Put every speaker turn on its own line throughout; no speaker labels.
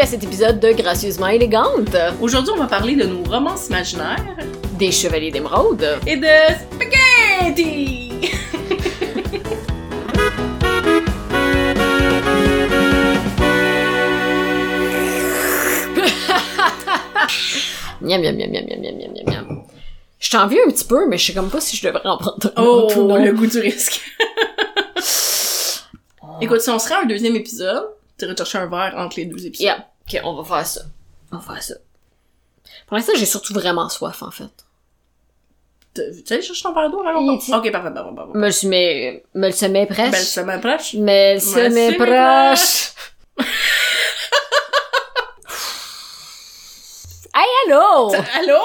à cet épisode de Gracieusement élégante,
Aujourd'hui, on va parler de nos romances imaginaires
des Chevaliers d'émeraude.
et de spaghetti!
Miam, miam, miam, miam, miam, miam, miam, miam, miam. Je t'en veux un petit peu, mais je sais comme pas si je devrais en prendre un
Oh,
autre ou non.
le goût du risque. Écoute, si on se rend à un deuxième épisode, t'irais chercher un verre entre les deux épisodes.
Yeah. Ok, on va faire ça. On va faire ça. Pour l'instant, j'ai surtout vraiment soif, en fait.
Tu sais, chercher ton verre d'eau, là,
Il
on
dit-
Ok, parfait, parfait, parfait.
Me le sommet, me le sommet
Ben,
presse.
ça m'approche.
Mais
Ouais,
c'est mes
c'est mes
proches. hey, allô!
Allô?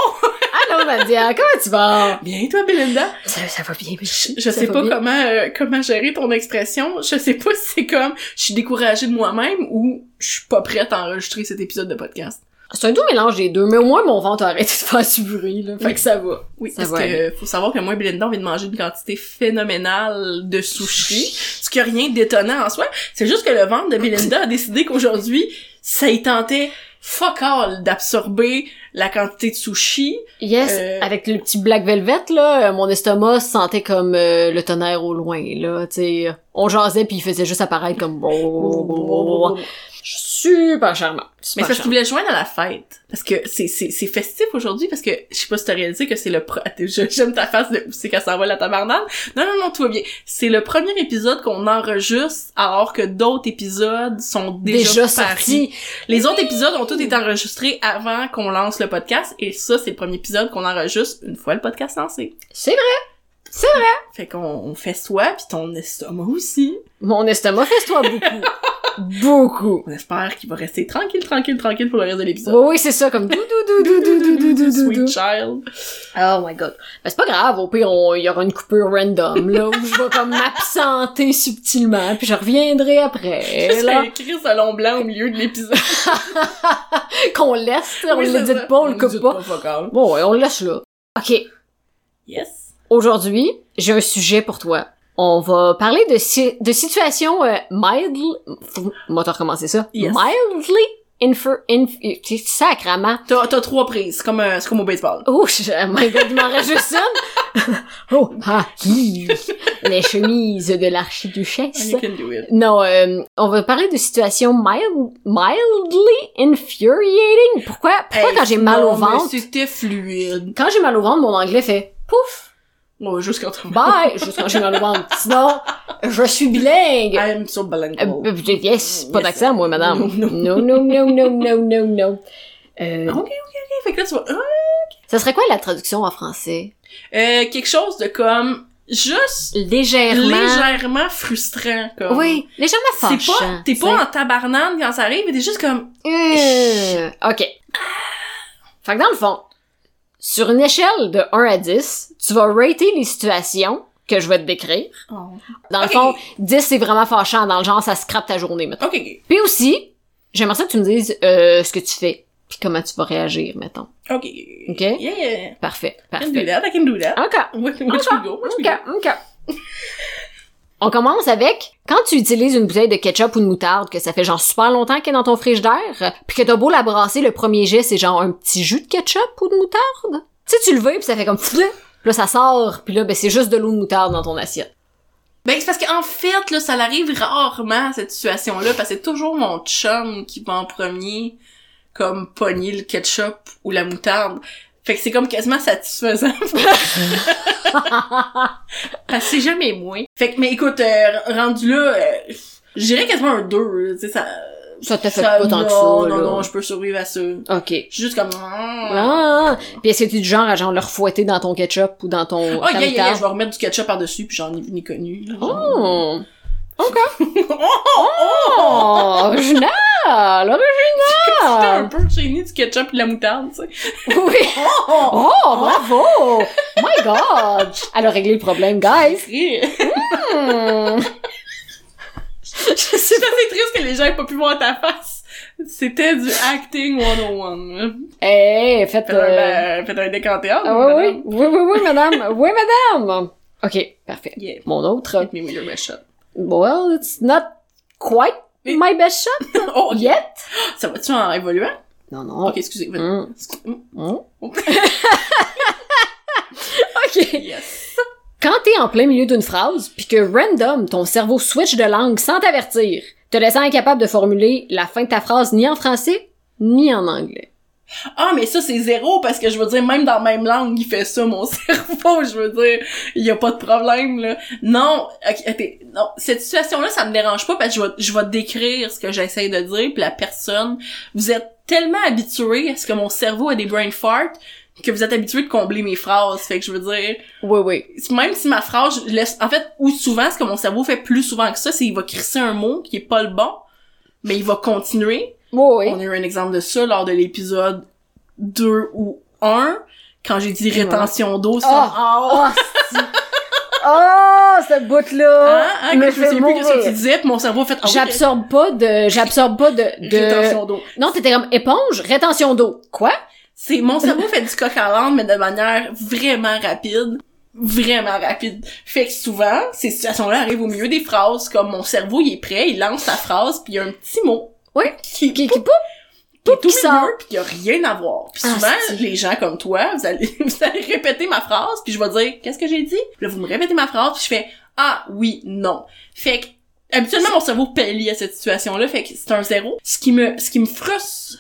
Allô, Nadia, comment tu vas?
Bien, toi, Belinda?
Ça, ça va bien, mais je,
Je sais pas comment, euh, comment gérer ton expression. Je sais pas si c'est comme je suis découragée de moi-même ou je suis pas prête à enregistrer cet épisode de podcast.
C'est un doux mélange des deux, mais au moins mon ventre a arrêté de faire du bruit, là. Fait que ça va.
Oui,
Ça
parce
va
que
aller.
euh, faut savoir que moi et Belinda, on vient de manger une quantité phénoménale de sushis, ce qui a rien d'étonnant en soi. C'est juste que le ventre de Belinda a décidé qu'aujourd'hui, ça y tentait fuck all d'absorber la quantité de sushis.
Yes,
Euh,
avec le petit black velvet, là, euh, mon estomac se sentait comme euh, le tonnerre au loin, là, tu sais. On jasait puis il faisait juste apparaître comme... oh,
Mais
Super charmant. Super
c'est parce qu'il
charmant.
voulait se joindre à la fête. Parce que c'est, c'est, c'est festif aujourd'hui, parce que je sais pas si t'as réalisé que c'est le... pro- Attends, je- J'aime ta face de... C'est qu'elle s'en va la tabarnane. Non, non, non, tout va bien. C'est le premier épisode qu'on enregistre alors que d'autres épisodes sont déjà,
Déjà
partis.
sorti.
Les autres épisodes ont tous été enregistrés avant qu'on lance le podcast et ça, c'est le premier épisode qu'on enregistre une fois le podcast lancé.
C'est vrai.
Fait qu'on on fait soi puis ton estomac aussi.
Mon estomac festoie beaucoup. beaucoup.
On espère qu'il va rester tranquille, tranquille, tranquille pour le reste de l'épisode.
Oui, oui, c'est ça, comme dou dou dou dou dou dou dou dou dou.
Sweet child.
Oh my god. Ben, c'est pas grave, au pire, on- il y aura une coupure random, là, où je vais comme m'absenter subtilement, puis je reviendrai après,
Juste
là.
écrit salon blanc au milieu de l'épisode.
Qu'on laisse, on
Oui,
le
c'est
dit
ça.
pas, on le
dit
coupe pas.
fuck all.
Bon, ouais, on le laisse là. Ok,
Yes.
aujourd'hui, j'ai un sujet pour toi. On va parler de, si- de situations euh, mildly... Moi, t'as recommencé ça.
Yes.
Mildly infer... inf- c'est sacrament.
T'as t'as trois prises, comme, un- c'est comme au baseball.
Oh, je, oh my god, il m'en reste juste une. oh, ah, hi. Les chemises de l'archiduchesse.
You can do it.
Non, euh, on va parler de situations mild, mildly infuriating. Pourquoi, pourquoi
Hey,
quand j'ai mal au
non, mais
ventre,
C'était fluide.
quand j'ai mal au ventre, mon anglais fait pouf,
Moi, juste quand on
bye, juste quand j'ai mal au ventre. Sinon, je suis bilingue.
I'm so bilingual.
Euh, yes, pas
Ah, Yes.
d'accent, moi, madame.
Non,
Non, non, non, non, non, non, non. Euh,
Ok, ok, ok. Fait que là, tu vas, Ah!
ça serait quoi la traduction en français?
Euh, quelque chose de comme, juste légèrement frustrant, comme.
Oui, légèrement
C'est pas,
fâchant.
t'es pas en tabarnane quand ça arrive, mais t'es juste comme,
Euh, OK. Fait que dans le fond, sur une échelle de 1 à 10, tu vas rater les situations que je vais te décrire. Dans
Ok.
le fond, 10, c'est vraiment fâchant. Dans le genre, ça scrape ta journée, mettons.
ok, ok,
Puis aussi, j'aimerais ça que tu me dises euh, ce que tu fais, puis comment tu vas réagir, mettons.
ok.
Ok.
Yeah.
Parfait,
I can do
parfait.
that, I can do that.
Encore.
What, what you go, what you
OK, OK. On commence avec quand tu utilises une bouteille de ketchup ou de moutarde que ça fait genre super longtemps qu'elle est dans ton frigidaire, puis que t'as beau la brasser, le premier jet c'est genre un petit jus de ketchup ou de moutarde. Tu sais, tu le veux puis ça fait comme Pfff puis là ça sort, puis là ben c'est juste de l'eau de moutarde dans ton assiette.
Ben, c'est parce qu'en fait, là, ça l'arrive rarement, cette situation-là, parce que c'est toujours mon chum qui va en premier, comme, pogner le ketchup ou la moutarde. Fait que c'est comme quasiment satisfaisant. parce que c'est jamais moins. Fait que, mais écoute, euh, rendu là, euh, je dirais quasiment un 2, tu sais, ça...
Ça te fait pas tant
non,
que ça.
Non,
là.
non, je peux survivre à ça.
OK.
Je suis juste comme...
Ah, puis est-ce que tu es du genre à genre le refouetter dans ton ketchup ou dans ton
Oh,
ta
yeah, yeah, yeah,
moutarde?
je vais remettre du ketchup par-dessus, puis j'en ai ni connu. là.
Oh,
oh, oh!
oh, original,
C'était
original.
un peu gêné du ketchup et de la moutarde, tu sais.
Oui. Oh, bravo! My God! Elle a réglé le problème, guys!
C'est
Hmm.
assez triste que les gens aient pas pu voir ta face. C'était du acting 101. là.
Eh, faites...
Faites, un,
euh,
ben, faites un décanteur.
ah, oui, oui, oui, oui, oui, madame! Oui, madame! OK, parfait.
Yeah.
Mon autre...
Hit me with your mashup.
Well, it's not quite
Et-
My best shot
oh, ok.
yet.
Ça va-tu en évoluant?
Non, non.
Ok, excusez. vas-y.
Mm,
Excuse-
mm.
Oh.
ok.
Yes.
Quand t'es en plein milieu d'une phrase, puis que random, ton cerveau switch de langue sans t'avertir, te laissant incapable de formuler la fin de ta phrase ni en français, ni en anglais.
Ah, mais ça, c'est zéro, parce que je veux dire, même dans la même langue, il fait ça, mon cerveau, je veux dire, il y a pas de problème, là. Non, ok, attends, non, cette situation-là, ça me dérange pas, parce que je vais, je vais décrire ce que j'essaie de dire, puis la personne, vous êtes tellement habitué à ce que mon cerveau a des brain farts, que vous êtes habitué de combler mes phrases, fait que je veux dire,
Oui, oui.
même si ma phrase, je laisse, en fait, ou souvent, ce que mon cerveau fait plus souvent que ça, c'est il va crisser un mot qui est pas le bon, mais il va continuer,
Oui,
on
oui.
a eu un exemple de ça lors de l'épisode 2 ou 1, quand j'ai dit
Ouais.
rétention d'eau, Ah! ça...
Oh, oh, c'est- oh, ce bout-là!
Hein, hein, que
me
je sais
fait
plus ce que tu
mourir.
disais, puis mon cerveau a fait... Ah oui,
J'absorbe pas de, j'absorbe pas de,
ré-
de...
Rétention d'eau.
Non, t'étais comme éponge, rétention d'eau. Quoi?
C'est, mon cerveau fait du coq à l'âne, mais de manière vraiment rapide. Vraiment rapide. Fait que souvent, ces situations-là arrivent au milieu des phrases, comme mon cerveau, il est prêt, il lance sa phrase, puis il y a un petit mot.
Ouais.
Qui,
Qui,
qui,
qui,
est tout
qui sort.
milieu, puis il y a rien à voir. Puis
Ah,
souvent,
c'est-
les gens comme toi, vous allez, vous allez répéter ma phrase, puis je vais dire « Qu'est-ce que j'ai dit? » Puis Là, vous me répétez ma phrase, puis je fais « Ah, oui, non. » Fait que, habituellement, mon cerveau pallie à cette situation-là, fait que c'est un zéro. Ce qui me, ce qui me frustre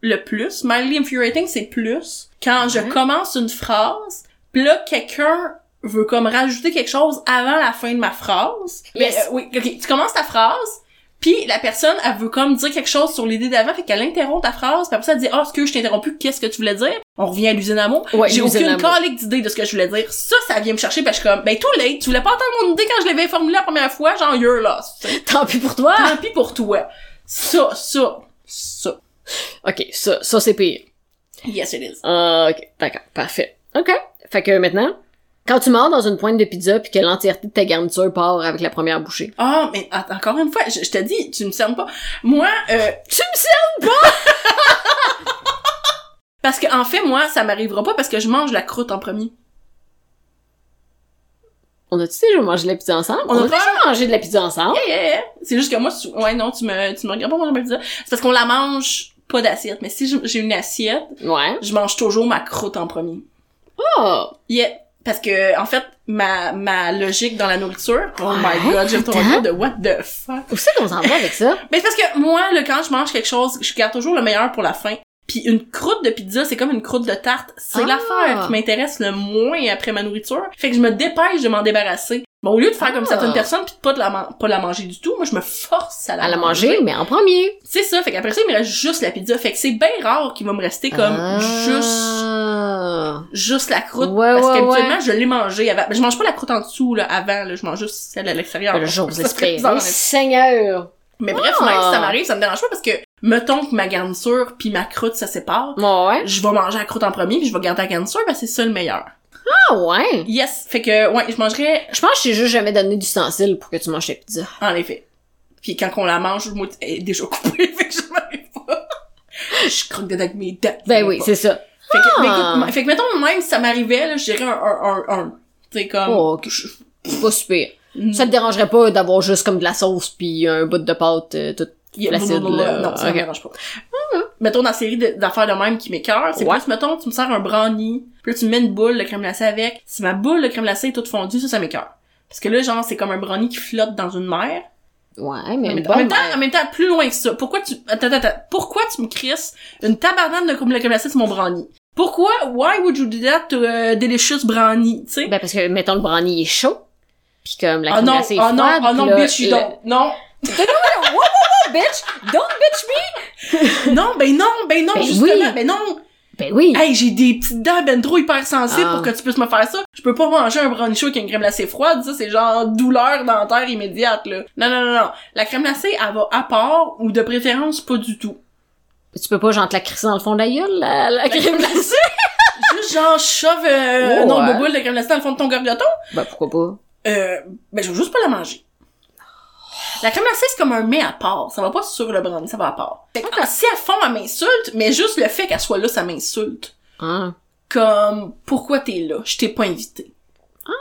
le plus, mildly infuriating, c'est plus quand je
Ouais.
commence une phrase, puis là, quelqu'un veut comme rajouter quelque chose avant la fin de ma phrase.
Yes.
Mais, euh, oui, ok, tu commences ta phrase, puis la personne, elle veut comme dire quelque chose sur l'idée d'avant, fait qu'elle interrompt ta phrase, puis après ça, elle dit « Ah, excuse, je t'ai interrompu, qu'est-ce que tu voulais dire? » On revient à l'usine à mots.
Ouais,
J'ai
l'usine à
aucune
mots.
calique d'idée de ce que je voulais dire. Ça, ça vient me chercher, parce que je suis comme « Ben, too late, tu voulais pas entendre mon idée quand je l'avais formulée la première fois, genre « You're lost ».
Tant pis pour toi!
Tant pis pour toi. Ça, ça, ça.
Ok, ça, ça c'est pire.
Yes, it is.
Ah, ok, d'accord, parfait. Ok, fait que maintenant, quand tu mords dans une pointe de pizza puis que l'entièreté de ta garniture part avec la première bouchée.
Ah, mais att- encore une fois, je, je te dis, tu me cernes pas. Moi, euh,
Tu me sers?
parce que en fait, moi, ça m'arrivera pas parce que je mange la croûte en premier.
On a-tu déjà mangé de la pizza ensemble?
On
On,
a
a déjà mangé de la pizza ensemble?
Yeah, yeah, yeah. Eh, C'est juste que moi, sou- ouais, non, tu me, tu me regardes pas manger ma pizza. C'est parce qu'on la mange pas d'assiette. Mais si je- j'ai une assiette,
Ouais.
je mange toujours ma croûte en premier.
Oh!
Yeah. Parce que, en fait, ma, ma logique dans la nourriture, oh my
Ouais,
god, j'ai retourné
attends.
de what the fuck.
Où c'est qu'on s'en va avec ça?
Mais c'est parce que moi, là, quand je mange quelque chose, je garde toujours le meilleur pour la fin. Puis une croûte de pizza, c'est comme une croûte de tarte. C'est
Ah.
l'affaire qui m'intéresse le moins après ma nourriture. Fait que je me dépêche de m'en débarrasser. Bon, au lieu de faire comme
Ah.
certaines personnes puis de pas de la, man- pas la manger du tout, moi je me force à la,
À la manger, mais en premier.
C'est ça, fait qu'après ça, il me reste juste la pizza. Fait que c'est bien rare qu'il va me rester comme juste
Ah.
juste la croûte.
Ouais,
parce
ouais,
qu'habituellement, je l'ai mangée avant. Mais je mange pas la croûte en dessous là, avant, là. je mange juste celle à l'extérieur.
Ben, Le jour,
Ça serait bizarre,
j'espère. Seigneur!
mais bref,
Ah.
même si ça m'arrive, ça me dérange pas parce que, mettons que ma garniture puis ma croûte, ça sépare,
Ouais.
je vais manger la croûte en premier puis je vais garder la garniture, ben c'est ça le meilleur.
Ah ouais!
Yes! Fait que, ouais, je mangerais,
Je pense que j'ai juste jamais donné d'ustensiles pour que tu manges ta pizza.
en effet. Puis quand on la mange, moi, elle est déjà coupée, fait que je m'arrive pas. Je croque dedans avec mes dents.
Ben oui, c'est ça.
Fait que,
Ah.
mais écoute, fait que mettons, même si ça m'arrivait, là, je dirais un, un, un, un. T'sais, comme...
Oh, ok.
je-
C'est Pas super. Ça te dérangerait pas d'avoir juste comme de la sauce puis un bout de pâte euh, tout
Yeah,
L'acide,
blablabla.
là.
Non, ça
Ok.
me dérange pas. Mettons dans la série de- d'affaires de même qui m'écœure, c'est
Ouais.
plus, mettons, tu me sers un brownie, puis là, tu mets une boule de crème glacée avec. Si ma boule de crème glacée est toute fondue, ça, ça m'écœure. Parce que là, genre, c'est comme un brownie qui flotte dans une mer.
Ouais, mais
En même,
une
temps, en,
bonne
même temps, en même temps, plus loin que ça. Pourquoi tu, attends, attends, attends. pourquoi tu me crisses une tabardane de crème de crème glacée sur mon brownie? Pourquoi, why would you do that to a delicious brownie, tu sais?
Ben parce que mettons le brownie il est chaud. Puis comme la
oh
crème
non,
glacée est
oh non,
froide,
oh non,
puis là, euh,
bitch, you
le-
don't. Non,
bitch, don't bitch me.
non, ben non, ben non,
Ben
justement,
oui.
ben non.
Ben oui.
Hey, j'ai des petites dents ben trop hypersensibles
Ah.
pour que tu puisses me faire ça. Je peux pas manger un brownie chaud avec une crème glacée froide, ça c'est genre douleur dentaire immédiate là. Non non non non, la crème glacée elle va à part ou de préférence pas du tout.
Tu peux pas genre te la crisser dans le fond de la gueule la, la crème glacée.
Juste genre shove euh,
Oh,
non,
ouais.
ma boule de crème glacée dans le fond de ton gorgoton.
ben pourquoi pas
Euh, ben je vais juste pas la manger. La crème glacée c'est comme un mets à part, ça va pas sur le brownie, ça va à part. Fait que, ah, si à fond elle m'insulte, mais juste le fait qu'elle soit là ça m'insulte.
Ah.
Comme pourquoi t'es là, je t'ai pas invité.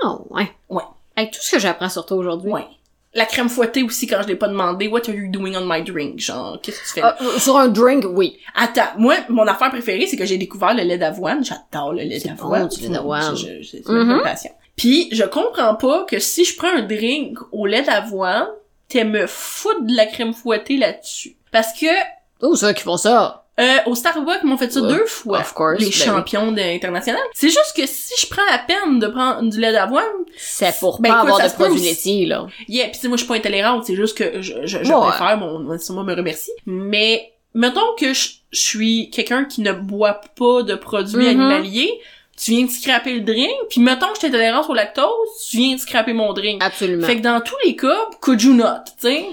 Ah ouais.
Ouais.
Avec tout ce que j'apprends sur toi aujourd'hui.
Ouais. La crème fouettée aussi, quand je l'ai pas demandé, what are you doing on my drink? Genre, qu'est-ce que tu fais? là?
Euh, sur un drink, oui.
Attends, moi, mon affaire préférée, c'est que j'ai découvert le lait d'avoine. J'adore le lait
C'est bon,
d'avoine.
du lait d'avoine.
Je- je- C'est ma
Mhm.
passion. Puis, je comprends pas que si je prends un drink au lait d'avoine, t'es me foutre de la crème fouettée là-dessus. Parce que,
Oh, ceux qui font ça.
euh, au Starbucks, ils m'ont fait ça
Ouais,
deux fois.
of course,
Les
ben oui.
champions internationaux. C'est juste que si je prends la peine de prendre du lait d'avoine,
C'est pour
Ben,
pas
écoute, ça
avoir de
se peut
produits
aussi.
laitiers, là.
Yeah, pis tu sais, moi je suis pas intolérante, c'est juste que je, je, je
Ouais.
préfère, mon, mon estomac me remercie. Mais mettons que je, je suis quelqu'un qui ne boit pas de produits
Mhm.
animaliers, tu viens de scraper le drink, puis mettons que je suis intolérante au lactose, tu viens de scraper mon drink.
Absolument.
Fait que dans tous les cas, could you not, tu sais?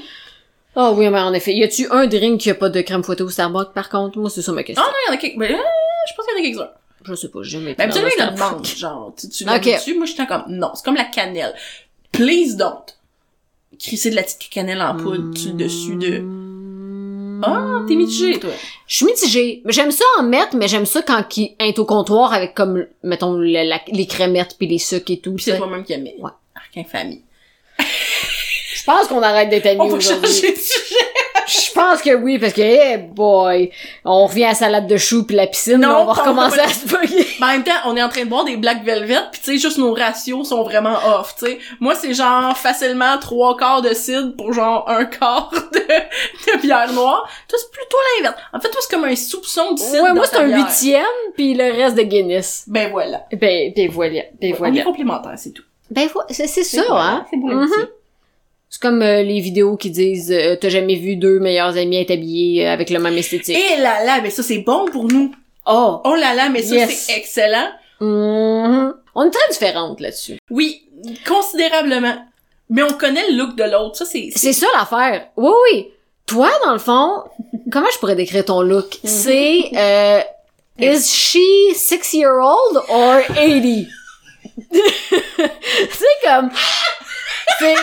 Ah oui, mais en effet. Y a-tu un drink qui a pas de crème fouettée au Starbucks, par contre? Moi, c'est ça ma
Ah
question.
non, il y en a quelques... Ben, euh, je pense qu'il y en a quelques-uns.
Je sais pas, j'ai jamais été
Ben,
dans
habituellement, il y en
un
a de
Starbucks.
manque, genre. Tu, tu
Ok.
l'as dessus, moi, j'étais comme, non, c'est comme la cannelle. Please don't. Crisser de la petite cannelle en poudre tu- dessus de... Ah, t'es mitigé, toi.
Je suis mitigée. J'aime ça en mettre, mais j'aime ça quand qui est au comptoir avec comme, mettons, le- la- les crémettes puis les sucres et tout.
Puis c'est
ça.
toi-même qui as mis.
Ouais.
Arc infamie.
Je pense qu'on arrête d'être amis
On va
aujourd'hui.
changer de sujet.
Je pense que oui, parce que, hey boy, on revient à la salade de choux puis la piscine,
Non,
là, on va
on va
recommencer
pas-
à se bugger.
Ben, en même temps, on est en train de boire des Black Velvet, pis tu sais, juste nos ratios sont vraiment off, tu sais. Moi, c'est genre facilement trois quarts de cidre pour genre un quart de, de bière noire. Toi, c'est plutôt l'inverse. En fait, toi, c'est comme un soupçon de cidre
Ouais,
dans
moi,
ta
c'est un
bière.
huitième puis le reste de Guinness.
Ben voilà.
Ben, ben voilà, ben
On est
voilà.
complémentaires, c'est tout.
Ben, vo- c'est c'est ça,
C'est voilà,
hein.
C'est beau
Mhm.
l'amitié.
C'est comme euh, les vidéos qui disent euh, t'as jamais vu deux meilleurs amis être habillés euh, avec le même esthétique.
Et là là, mais ça, c'est bon pour nous.
Oh!
Oh là là, mais ça,
Yes.
c'est excellent.
Mhm. On est très différentes là-dessus.
Oui, considérablement. Mais on connaît le look de l'autre. Ça, c'est...
C'est ça l'affaire. Oui, oui. Toi, dans le fond, comment je pourrais décrire ton look?
Mhm.
C'est euh, Is she six year old or 80? c'est comme. C'est.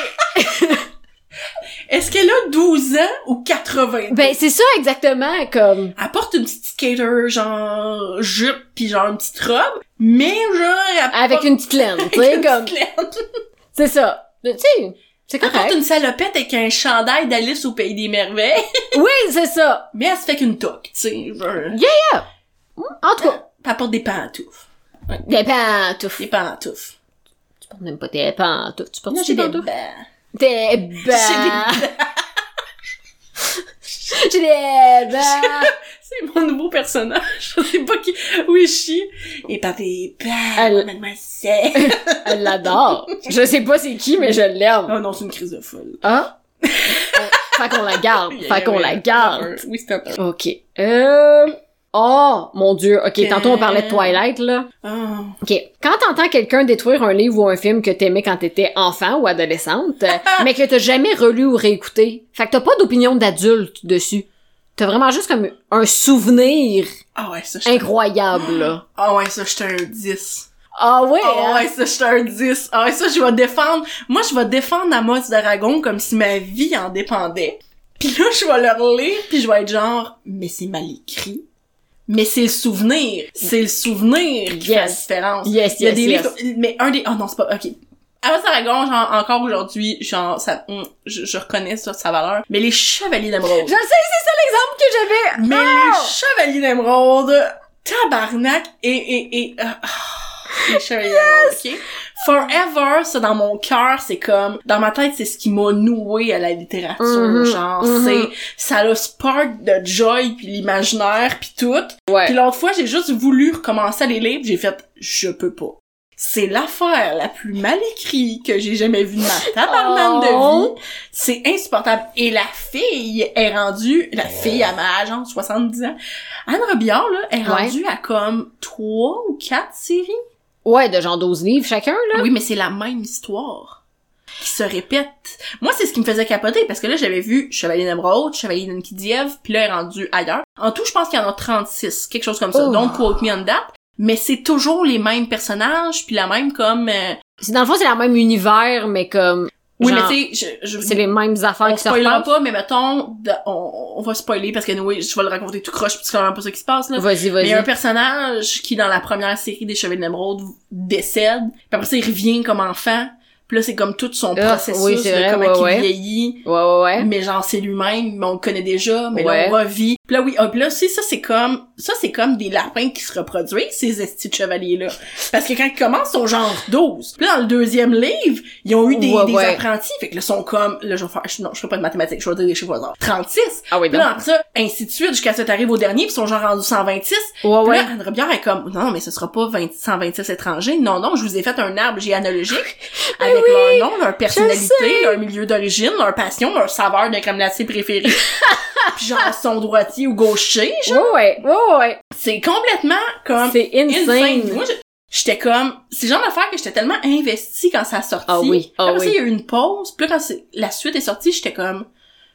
Est-ce qu'elle a 12 ans ou 80?
Ben, c'est ça exactement comme.
Elle porte une petite skater, genre, jupe, pis genre une petite robe, mais genre... Elle
Avec
porte-
une petite laine, tu
avec
sais,
une
comme.
petite laine.
C'est ça. Tu sais, c'est
Elle porte
correct.
une salopette avec un chandail d'Alice au Pays des Merveilles,
Oui, c'est ça.
mais elle se fait qu'une toque, tu sais, genre...
En tout cas,
Pis Elle porte des pantoufles.
Des pantoufles.
Des pantoufles.
Tu portes même pas tes pantoufles. Tu portes
Non,
tes
j'ai des
pantoufles?
bas.
Des bas. J'ai des bas.
C'est mon nouveau personnage. Je sais pas qui... Oui, chi. Et par des bas,
Elle-
mademoiselle.
Elle l'adore. Je sais pas c'est qui, mais je l'aime.
oh non, c'est une crise de folle.
Hein? Euh, Fait qu'on la garde. Fait qu'on la garde.
Oui, c'est un peu.
Ok. Euh... Oh, mon dieu. Ok, tantôt on parlait de Twilight, là.
Oh.
Ok. Quand t'entends quelqu'un détruire un livre ou un film que t'aimais quand t'étais enfant ou adolescente, euh, mais que t'as jamais relu ou réécouté, fait que t'as pas d'opinion d'adulte dessus. T'as vraiment juste comme un souvenir
Ah ouais, ça, je
incroyable, là.
Ah ouais, ça, j'étais un 10.
Ah ouais,
Ah
hein?
ouais, ça, j'étais un 10. Ah ouais, ça, je vais défendre... Moi, je vais défendre Amos d'Aragon comme si ma vie en dépendait. Puis là, je vais leur lire, puis je vais être genre... Mais c'est mal écrit. Mais c'est le souvenir. C'est le souvenir qui fait la
Yes.
différence.
Yes,
Il y a
yes,
des
yes.
livres... Mais un des... Oh non, c'est pas... OK. Amos d'Aragon, genre, encore aujourd'hui, genre, ça... hum, Je, je reconnais ça, sa valeur. Mais les Chevaliers d'Emeraude...
Je sais, c'est ça l'exemple que j'avais.
Mais
Ah!
les Chevaliers d'Emeraude, tabarnak, et, et, et, euh, ah, les Chevaliers d'Emeraude, ok? Forever, ça, dans mon cœur, c'est comme, dans ma tête, c'est ce qui m'a noué à la littérature,
Mhm,
genre,
mhm.
c'est, ça le spark de joy, puis l'imaginaire, puis tout.
Ouais.
Puis l'autre fois, j'ai juste voulu recommencer à les lire, puis j'ai fait, je peux pas. C'est l'affaire la plus mal écrite que j'ai jamais vue de ma tabarnane
Oh.
de vie. C'est insupportable. Et la fille est rendue, la fille à ma âge, genre 70 ans, Anne Robillard, là, est
Ouais.
rendue à comme trois ou quatre séries.
Ouais, de genre 12 livres chacun, là.
Oui, mais c'est la même histoire qui se répète. Moi, c'est ce qui me faisait capoter, parce que là, j'avais vu Chevalier d'Emeraude, Chevalier d'Enkidiev, puis là, elle est rendu ailleurs. En tout, je pense qu'il y en a 36, quelque chose comme ça.
Oh.
Don't quote me on that. Mais c'est toujours les mêmes personnages, puis la même comme... euh,
C'est dans le fond, c'est le même univers, mais comme.
Oui,
genre,
mais tu sais, je... je...
c'est les mêmes affaires
on
qui se
spoilera
repassent.
pas, mais mettons, de- on, on va spoiler parce que anyway, je vais le raconter tout croche, puis c'est vraiment pas ça qui se passe là.
Vas-y,
Mais il y a un
vas-y.
personnage qui, dans la première série des Chevaliers d'Emeraude, décède. Puis après ça, il revient comme enfant. Puis là, c'est comme tout son
Ah,
processus
oui, c'est
de
vrai,
comment
ouais,
il
ouais.
vieillit.
Ouais, ouais, ouais.
Mais genre, c'est lui-même, mais on le connaît déjà, mais là,
Ouais.
on revit. Puis là, oui, ah, puis là, aussi, ça, c'est comme, ça, c'est comme des lapins qui se reproduisent, ces estis de chevaliers-là. Parce que quand ils commencent, ils sont genre 12. Puis là, dans le deuxième livre, ils ont eu des,
Ouais,
des
ouais.
apprentis, fait que là, ils sont comme, là, je vais faire, non, je fais pas de mathématiques, je vais dire des chiffres au hasard. 36.
Ah oui,
Puis
donc.
là, après ça, ainsi de suite, jusqu'à ce que t'arrives au dernier, puis ils sont genre rendus 126.
Ouais,
Puis
Ah ouais.
là, Anne Robillard est comme, non, mais ce sera pas 20 126 étrangers. Non, non, je vous ai fait un arbre généalogique avec
oui,
leur nom, leur personnalité, leur milieu d'origine, leur passion, leur saveur de crème glacée préférée. Puis genre, son droitier ou gaucher. genre.
Ouais, ouais, ouais, ouais.
C'est complètement comme...
C'est
insane.
insane.
Moi, je- J'étais comme, c'est le genre d'affaire que j'étais tellement investie quand ça a sorti.
Ah oui, ah
Après ça,
oui.
il y a eu une pause. Puis là, quand c'est- la suite est sortie, j'étais comme,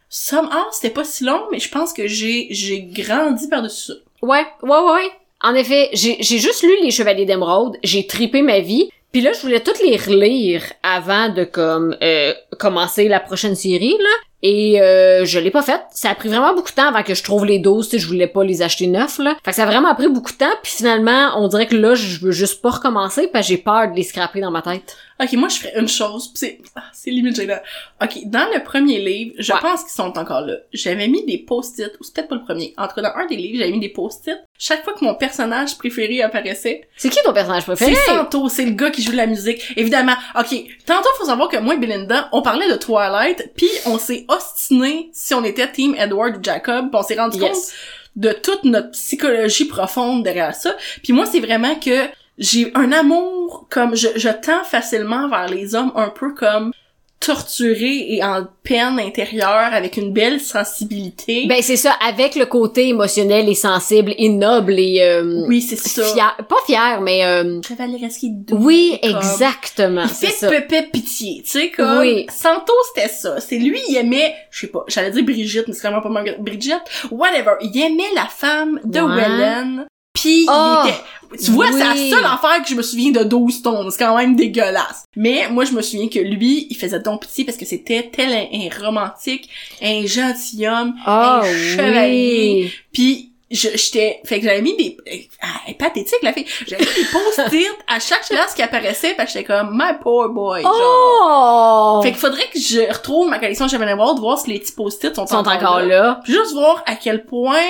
somehow, c'était pas si long, mais je pense que j'ai, j'ai grandi par-dessus ça.
Ouais, ouais, ouais, ouais. En effet, j'ai j'ai juste lu Les Chevaliers d'Émeraude, j'ai tripé ma vie, puis là, je voulais toutes les relire avant de comme euh, commencer la prochaine série, là. Et euh, je l'ai pas faite. Ça a pris vraiment beaucoup de temps avant que je trouve les 12, tu sais, je voulais pas les acheter neufs, là. Fait que ça a vraiment pris beaucoup de temps, puis finalement, on dirait que là, je veux juste pas recommencer, parce que j'ai peur de les scraper dans ma tête.
Ok, moi, je ferais une chose, pis c'est, ah, c'est limite gênant. Ok, dans le premier livre, je
Ouais.
pense qu'ils sont encore là. J'avais mis des post-it, ou c'est peut-être pas le premier. En tout cas, dans un des livres, j'avais mis des post-it. Chaque fois que mon personnage préféré apparaissait,
C'est qui ton personnage préféré?
c'est Santo, c'est le gars qui joue de la musique. Évidemment, ok, tantôt, faut savoir que moi et Belinda, on parlait de Twilight, puis on s'est ostiné si on était Team Edward ou Jacob, pis on s'est rendu compte
Yes.
de toute notre psychologie profonde derrière ça. Puis moi, c'est vraiment que j'ai un amour comme je, je tends facilement vers les hommes un peu comme torturés et en peine intérieure avec une belle sensibilité.
Ben c'est ça, avec le côté émotionnel et sensible et noble et euh,
oui, c'est ça.
fier, pas fier, mais euh,
Chevaleresque et doux,
Oui,
comme-
exactement,
Il
Ah, c'est
fait
ça.
pépé pitié, tu sais, comme...
Oui.
Santo, c'était ça. C'est lui, il aimait... Je sais pas, j'allais dire Brigitte, mais c'est vraiment pas Margaret. Brigitte, whatever. Il aimait la femme de
Ouais.
Wellen. Pis
Oh,
il était... Tu vois, c'est la
oui.
seule affaire que je me souviens de 12 tonnes. C'est quand même dégueulasse. Mais moi, je me souviens que lui, il faisait donc pitié parce que c'était tel un, un romantique, un gentilhomme,
Ah
un chevalier.
oui.
Puis je- j'étais fait que j'avais mis des ah, elle est pathétique la fille j'avais mis des post-it à chaque place qui apparaissait parce que j'étais comme my poor boy genre
Oh!
fait qu'il faudrait que je retrouve ma collection Chevalier World voir si les petits post-it sont,
Ils sont encore là.
Puis juste voir à quel point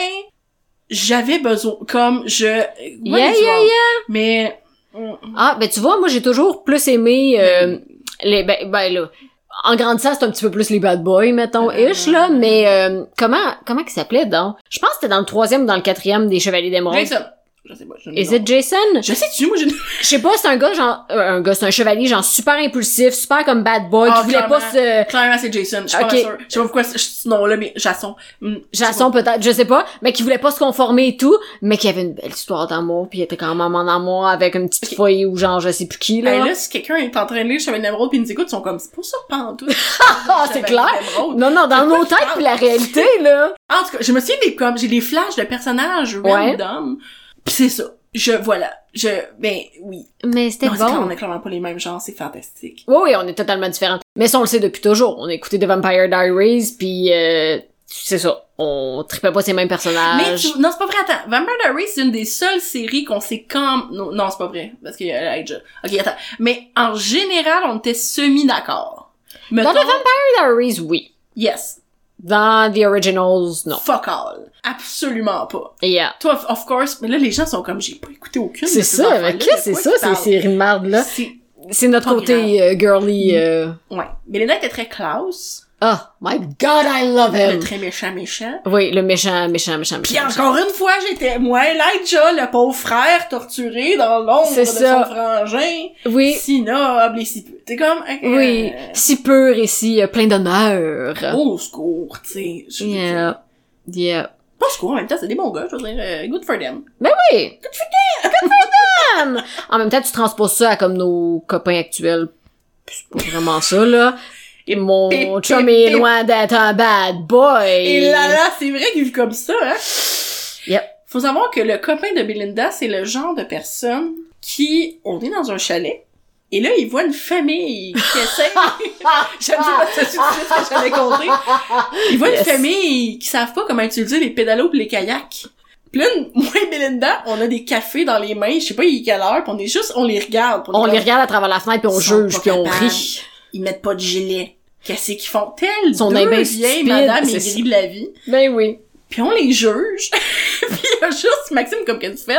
j'avais besoin comme je
Yeah, yeah, yeah.
mais hmm.
Ah, ben tu vois, moi j'ai toujours plus aimé euh, les ben, ben là. En grandissant, c'est un petit peu plus les bad boys, mettons,
Euh.
ish, là, mais euh, comment comment qu'il s'appelait donc? Je pense que c'était dans le troisième ou dans le quatrième des Chevaliers d'Émeraude.
Jason je sais pas je
Is it Jason?
je sais tu moi j'ai
Je sais pas, c'est un gars genre euh, un gars, c'est un chevalier genre super impulsif, super comme bad boy,
Ah,
qui voulait pas se
clairement c'est Jason je suis
Ok.
pas sûre je sais pas pourquoi c'est- ce nom là mais Jason Hum, je sais pas.
Jason peut-être, je sais pas, mais qui voulait pas se conformer et tout, mais qui avait une belle histoire d'amour, puis il était quand même en amour avec une petite
Ok.
fille ou genre je sais plus qui là.
Hey, là, si quelqu'un est en train de lire Chevalier d'Émeraude pis il nous écoute, ils sont comme, c'est pas ça, pantoute.
Ah, c'est clair. Non non, dans nos têtes puis la réalité là.
En tout cas, je me souviens des, comme, j'ai des flashs de personnages random. Pis c'est ça. Je, voilà. Je, ben, oui.
Mais c'était
Non, c'est clair, on
bon.
est clairement pas les mêmes genres, c'est fantastique.
Oui oui, on est totalement différents. Mais ça on le sait depuis toujours. On a écouté The Vampire Diaries puis euh, c'est ça, on tripait pas ces mêmes
Mais
personnages.
tu- non, c'est pas vrai, attends. Vampire Diaries, c'est une des seules séries qu'on s'est comme, non, non, c'est pas vrai. Parce que, euh, hey, je- ok, attends. Mais, en général, on était semi d'accord. Mettons,
Dans The Vampire Diaries, oui.
yes.
Dans The Originals, non.
Fuck all. Absolument pas.
Yeah.
Toi, of- of course, mais là, les gens sont comme, j'ai pas écouté aucune. de
C'est
ces
ça,
affaires-là,
mais
de
qu'est-ce que c'est
quoi
ça,
ils
ces
parlent?
séries mardes là?
C'est-
C'est notre
Pas
côté euh, girly. euh,
Ouais. Belinda était très Klaus.
Oh my god, I love
Le
him!
très méchant, méchant.
Oui, le méchant, méchant, méchant,
Puis
méchant.
encore une fois, j'étais, moi, Elijah, le pauvre frère torturé dans l'ombre
C'est
de
ça.
son frangin.
Oui,
Si noble et si peu. T'es comme, euh,
oui, si pur et si euh, plein d'honneur.
Au secours, euh, tu sais. Oh, Je veux dire,
Yeah, yeah.
Pas au secours, en même temps, c'est des bons gars, je veux dire, euh, good for them.
Oui! Good for them! En même temps, tu transposes ça à comme nos copains actuels. C'est pas vraiment ça, là. Et mon
Pip, pip,
chum est
pip.
loin d'être un bad boy.
Et là, là, c'est vrai qu'il vit comme ça, hein.
Yep.
Faut savoir que le copain de Belinda, c'est le genre de personne qui, on est dans un chalet, et là, il voit une famille qui essaie... J'aime ça parce que c'est ce que j'avais compté. Il voit
Yes.
une famille qui savent pas comment utiliser les pédalos pis les kayaks. Puis là, moi et Belinda, on a des cafés dans les mains, je sais pas il est quelle heure, pis on est juste, on les regarde. pis
On
est
les
comme,
regarde à travers la fenêtre puis on
Ils sont
juge
pas
puis on
capables.
rit.
ils mettent pas de gilet. Qu'est-ce qu'ils font? Telles
Sont
deux
des ben
vieilles
stupides,
madames
c'est
aigries de la vie.
Ben oui.
Puis on les juge. puis il y a juste Maxime comme qu'elle fait.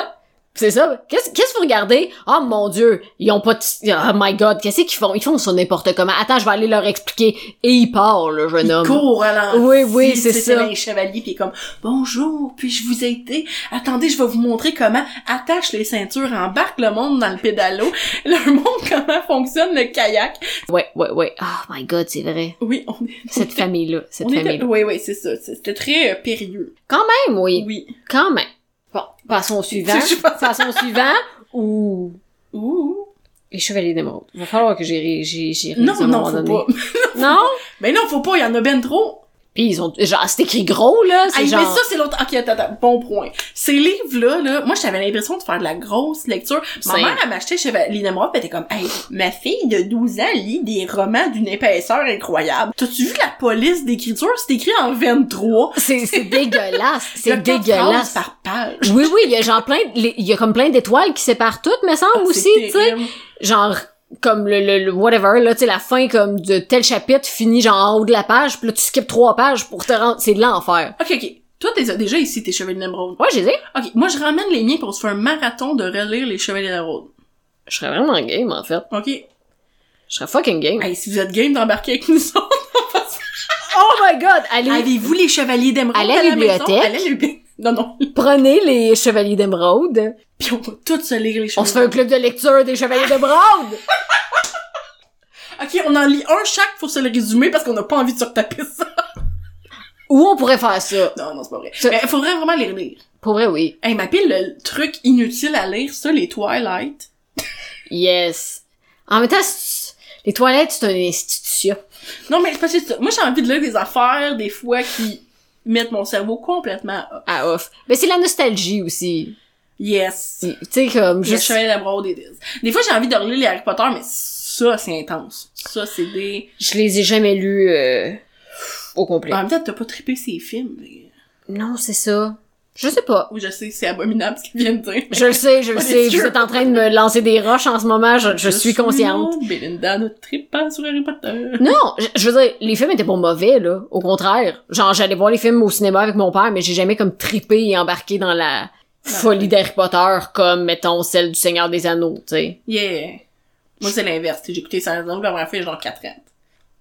C'est ça. Qu'est-ce qu'est-ce que vous regardez? Oh mon dieu, ils ont pas de... Oh my god, qu'est-ce qu'ils font? Ils font ça n'importe comment. Attends, je vais aller leur expliquer. Et il part, le jeune
Il
homme.
court à l'entrée.
Oui, oui, c'est ça.
les chevaliers, puis il est comme « Bonjour, puis-je vous aider? Attendez, je vais vous montrer comment attache les ceintures, embarque le monde dans le pédalo, le monde comment fonctionne le kayak.
Ouais, ouais, ouais. Oh my god, c'est vrai. »
Oui, on est...
Cette famille-là, cette
on était-
famille-là.
Oui, oui, c'est ça. C'était très euh, périlleux.
Quand même, oui.
Oui.
Quand même. Bon, passons au suivant.
Je suis pas-
passons au suivant. Ou...
Ouh.
Les chevaliers d'émeraude. Va falloir que j'y ré- j'y j'y
Non,
réalise à un
non,
moment
faut
donné.
pas.
Non?
Mais non, faut pas, il y en a ben trop.
Puis ils ont... Genre, c'est écrit gros, là.
Ah,
C'est genre...
mais ça, c'est l'autre. Ok, attends, attends, bon point. Ces livres-là, là, moi, j'avais l'impression de faire de la grosse lecture. Ma
C'est-
mère, elle m'achetait chez Valérie Nemrod, pis elle était comme, hey, ma fille de 12 ans lit des romans d'une épaisseur incroyable. T'as-tu vu la police d'écriture? C'est écrit en 23.
C'est c'est dégueulasse.
Il y a
C'est
quatre phrases
dégueulasse.
par page.
Oui, oui, il y a genre plein, de- les- il y a comme plein d'étoiles qui séparent toutes, me semble,
Ah, c'est
aussi, tu sais.
terrible.
Genre, comme le, le, le whatever, là, tu sais, la fin, comme, de tel chapitre finit, genre, en haut de la page, puis là, tu skippes trois pages pour te rendre, c'est de l'enfer.
Ok, ok. Toi, t'es déjà ici, tes Chevaliers d'émeraude.
Ouais, j'ai dit,
Ok, moi, je ramène les miens pour se faire un marathon de relire les Chevaliers d'émeraude.
je serais vraiment game, en fait.
Ok. Hey,
Je serais fucking game.
si vous êtes game d'embarquer avec nous autres,
Oh my god! Allez,
avez-vous les Chevaliers d'émeraude
Allez à la
la maison?
bibliothèque.
Allez à la bibliothèque. Non, non.
prenez les Chevaliers d'émeraude.
Puis on va toutes se lire les
On
chevaliers.
se fait un club de lecture des Chevaliers
Ah!
d'émeraude!
Ok, on en lit un chaque pour se le résumer parce qu'on n'a pas envie de se retaper ça.
Où on pourrait faire ça?
Non, non, c'est pas vrai.
Ça-
Mais faudrait vraiment les lire.
Pour vrai, oui.
Hey, ma pile, le truc inutile à lire, ça, les Twilight.
Yes. En même temps, c'est- les toilettes, c'est une institution.
Non, mais c'est parce que c'est ça. moi, j'ai envie de lire des affaires, des fois, qui mettent mon cerveau complètement up.
à off. Ah, Mais c'est la nostalgie aussi.
Yes.
Tu sais, comme
Je
juste...
suis d'abord des Diz. Des fois, j'ai envie de relire les Harry Potter, mais ça, c'est intense. Ça, c'est des...
Je les ai jamais lus euh, au complet.
En même temps, t'as pas trippé ces films. mais-
Non, c'est ça. Je sais pas.
Oui, je sais, c'est abominable ce qu'ils viennent de dire.
Je le sais, je le
On est
sais.
sûr.
Vous êtes en train de me lancer des roches en ce moment, je, je suis consciente.
non, Belinda ne trippe pas sur Harry Potter.
Non, je, je veux dire, les films étaient pas mauvais, là. Au contraire. Genre, j'allais voir les films au cinéma avec mon père, mais j'ai jamais comme trippé et embarqué dans la folie d'Harry Potter comme, mettons, celle du Seigneur des Anneaux, tu sais.
Yeah. Moi, c'est l'inverse. J'ai écouté ça dans la première fois, genre 4 ans.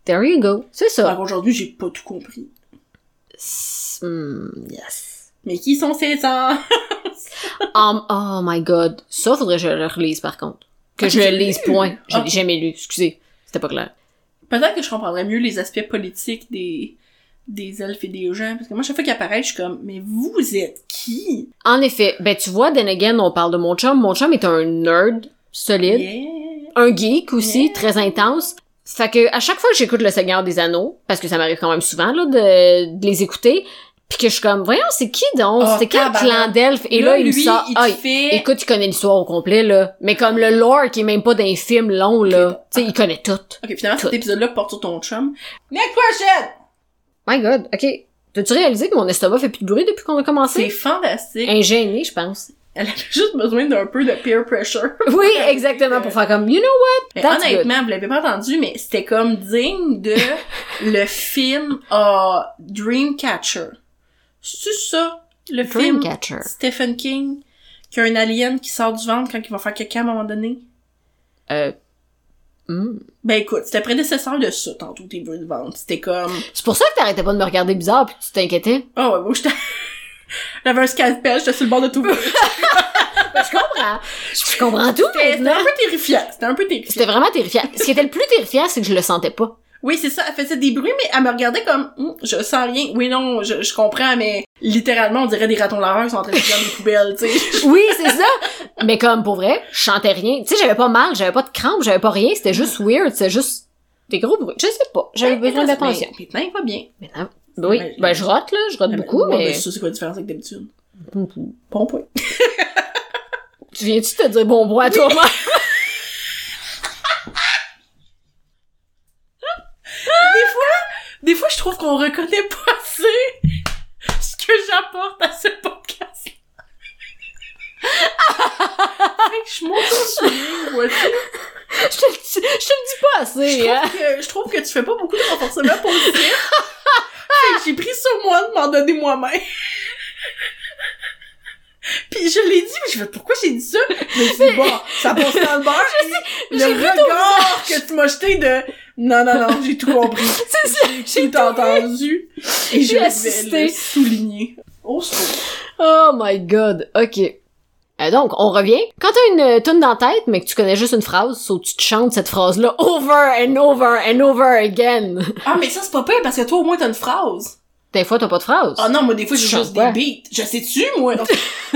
There you go. C'est ça.
Donc aujourd'hui, j'ai pas tout compris.
C'est- hmm, yes.
Mais qui sont ces ans?
Um, oh my god. Ça, faudrait que je le relise, par contre. Que
Ah,
je
tu
le
l'as
lise,
lu?
point. Je
Ah.
l'ai jamais lu, excusez. C'était pas clair.
Peut-être que je comprendrais mieux les aspects politiques des, des elfes et des gens. Parce que moi, chaque fois qu'ils apparaissent, je suis comme, mais vous êtes qui?
En effet, ben tu vois, then again, on parle de mon chum. Mon chum est un nerd solide.
Yeah.
Un geek aussi,
Yeah.
très intense. Fait que, à chaque fois que j'écoute Le Seigneur des Anneaux, parce que ça m'arrive quand même souvent, là, de, de les écouter, pis que je suis comme, voyons, c'est qui donc?
Oh,
c'est quel
tabarnak.
clan d'elfes? Et là, il me
lui,
sort,
il te
ah,
fait...
écoute, il connaît l'histoire au complet, là. Mais comme le lore qui est même pas d'un film long, là. Tu sais, il connaît tout.
Ok, finalement, cet
Tout.
épisode-là porte sur ton chum. Next question!
My God, ok. T'as-tu réalisé que mon estomac fait plus de bruit depuis qu'on a
C'est
commencé?
fantastique.
Ingénie, je pense.
Elle avait juste besoin d'un peu de peer pressure.
Oui, exactement, pour faire comme, you know what?
Mais
That's
honnêtement, vous l'avez pas entendu, mais c'était comme digne de le film euh, Dreamcatcher. C'est ça, le film
Dreamcatcher.
Stephen King, qui a un alien qui sort du ventre quand il va faire quelqu'un à un moment donné?
Euh, hmm.
Ben écoute, c'était prédécesseur de ça, tantôt, tes bruits de ventre. C'était comme...
C'est pour ça que t'arrêtais pas de me regarder bizarre pis que tu t'inquiétais.
Oh ouais, moi j'étais... J'avais un scalpel, j'étais sur le bord de tout.
je comprends. Je comprends tout
C'était c'était un
maintenant.
peu terrifiant, c'était un peu
C'était
terrifiant.
vraiment terrifiant. Ce qui était le plus terrifiant, c'est que je le sentais pas.
Oui, c'est ça, elle faisait des bruits, mais elle me regardait comme... Hum, je sens rien. Oui, non, je, je comprends, mais... Littéralement, on dirait des ratons laveurs qui sont en train de faire des poubelles, tu sais.
Oui, c'est ça. Mais comme, pour vrai, je chantais rien. Tu sais, j'avais pas mal, j'avais pas de crampes, j'avais pas rien. C'était juste weird, c'était juste des gros bruits. Je sais pas. J'avais
Ouais,
besoin
Ben, mais
d'attention.
mais Maintenant, il va bien.
Maintenant, oui.
Mais- ben,
Ben, je rote, là. Je rote beaucoup,
Ouais,
mais...
Ça, c'est quoi la différence avec d'habitude? Bon point.
Tu viens-tu te dire bon bois à toi-même?
Des fois, je trouve qu'on reconnaît pas assez ce que j'apporte à ce podcast. Fait que je m'auto-souligne, vois-tu?
Je te, le dis- je te le dis pas
Je
assez, hein.
trouve, que, je trouve que tu fais pas beaucoup de renforcement positif. Fait que j'ai pris sur moi de m'en donner moi-même. Puis je l'ai dit, mais je fais pourquoi j'ai dit ça? Je me suis dit, bon, ça passe dans le beurre.
j'ai vu
le regard que tu m'as jeté de, non, non, non, j'ai tout compris.
C'est ça.
J'ai tout entendu. Et je
J'ai
vais
assisté.
le souligner. Au secours.
Oh my god, ok. Euh, donc, on revient. Quand t'as une euh, toune dans la tête, mais que tu connais juste une phrase, so tu te chantes cette phrase-là over and over and over again.
Ah, mais ça, c'est pas pire parce que toi, au moins, t'as une phrase.
Des fois, t'as pas de phrase.
Ah non, moi, des fois, j'ai
Tu chantes
juste
quoi?
des beats. Je sais-tu, moi?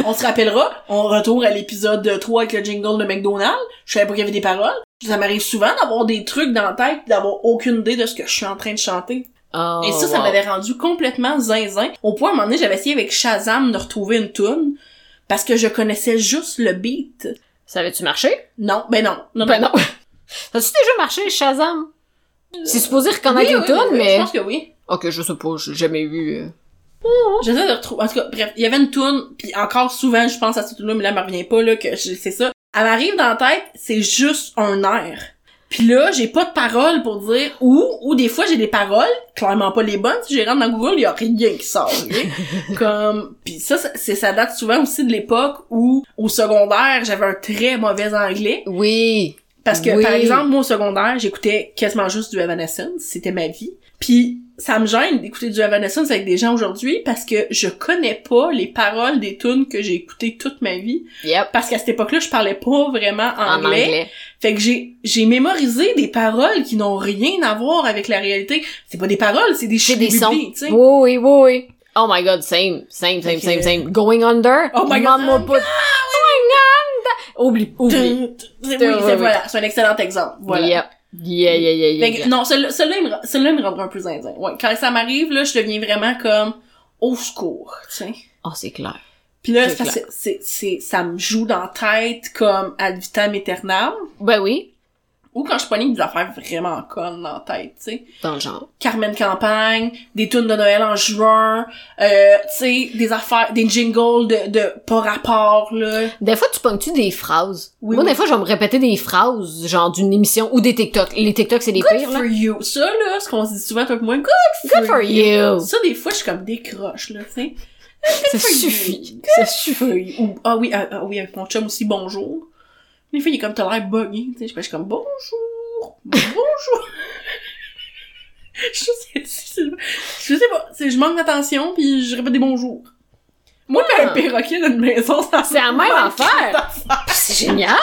on se rappellera, on retourne à l'épisode 3 avec le jingle de McDonald's. Je savais pas qu'il y avait des paroles. Ça m'arrive souvent d'avoir des trucs dans la tête pis d'avoir aucune idée de ce que je suis en train de chanter.
Oh,
Et ça, ça
wow.
m'avait rendu complètement zinzin. Au point, à un moment donné, j'avais essayé avec Shazam de retrouver une tune parce que je connaissais juste le beat.
Ça avait-tu marché?
Non, ben non. Non,
Ben non. T'as-tu déjà marché, Shazam? C'est supposé reconnaître
Oui,
une
oui,
toune,
oui,
mais...
Je pense que oui.
Ok, je sais pas, j'ai jamais eu... euh,
J'essaie de retrouver. En tout cas, bref, il y avait une toune, puis encore souvent, je pense à cette toune-là, mais là, elle me revient pas, là, que je- c'est ça. Elle m'arrive dans la tête, c'est juste un air. Puis là, j'ai pas de paroles pour dire ou, ou des fois, j'ai des paroles, clairement pas les bonnes. Si j'ai rentre dans Google, il y a rien qui sort, ok? Comme, puis ça, ça- c'est, ça date souvent aussi de l'époque où, au secondaire, j'avais un très mauvais anglais.
Oui.
Parce que,
Oui.
par exemple, moi, au secondaire, j'écoutais quasiment juste du Evanescence. C'était ma vie. Puis, ça me gêne d'écouter du Evanescence avec des gens aujourd'hui parce que je connais pas les paroles des tunes que j'ai écoutées toute ma vie.
Yep.
Parce qu'à cette époque-là, je parlais pas vraiment
En
anglais.
anglais.
Fait que j'ai, j'ai mémorisé des paroles qui n'ont rien à voir avec la réalité. C'est pas des paroles, c'est des
C'est des
chibibis,
sons.
tu sais.
Oui, oui, oui. Oh my god, same, same, same,
Ok.
same, same. Going under.
Oh my God.
Maman put- Going under. Oublie, oublie.
Tun, tun, Oui,
Oui, oui.
c'est, voilà. C'est un excellent exemple. Voilà.
Yep. Yeah, yeah, yeah, yeah.
Fait
yeah.
que, Ben, non, celui-là, celui-là, il me rend- celui-là, il me rendra un peu zinzin. Ouais, quand ça m'arrive, là, je deviens vraiment comme au secours, tu sais.
Oh, c'est clair.
Puis là,
C'est
c'est parce que c'est, c'est, ça me joue dans la tête comme ad vitam aeternam,
Ben oui,
ou quand je pogne des affaires vraiment connes dans la tête, tu sais.
dans le genre.
Carmen Campagne, des tunes de Noël en juin, euh, tu sais, des affaires, des jingles de, de pas rapport, là.
Des fois, tu pognes-tu des phrases?
Oui,
Moi,
oui.
des fois, je vais me répéter des phrases, genre d'une émission ou des TikTok. Les TikTok, c'est les
Good
pires, là.
for you. Ça, là, ce qu'on se dit souvent, toi et moi, good,
Good for you.
Ça, des fois, je suis comme décroche, là, tu sais.
Ça
for you.
suffit. Ça suffit.
feuille. Ou, ah oui, ah, ah oui, avec mon chum aussi, bonjour. Des fois, il est comme, t'as l'air buggé. Tu sais, je fais- je suis comme, bonjour, bonjour. je sais, c'est- je sais pas, c'est- je manque d'attention, puis je répète des bonjours. Moi,
Ah.
le perroquet d'une maison, ça
C'est la même affaire. C'est génial.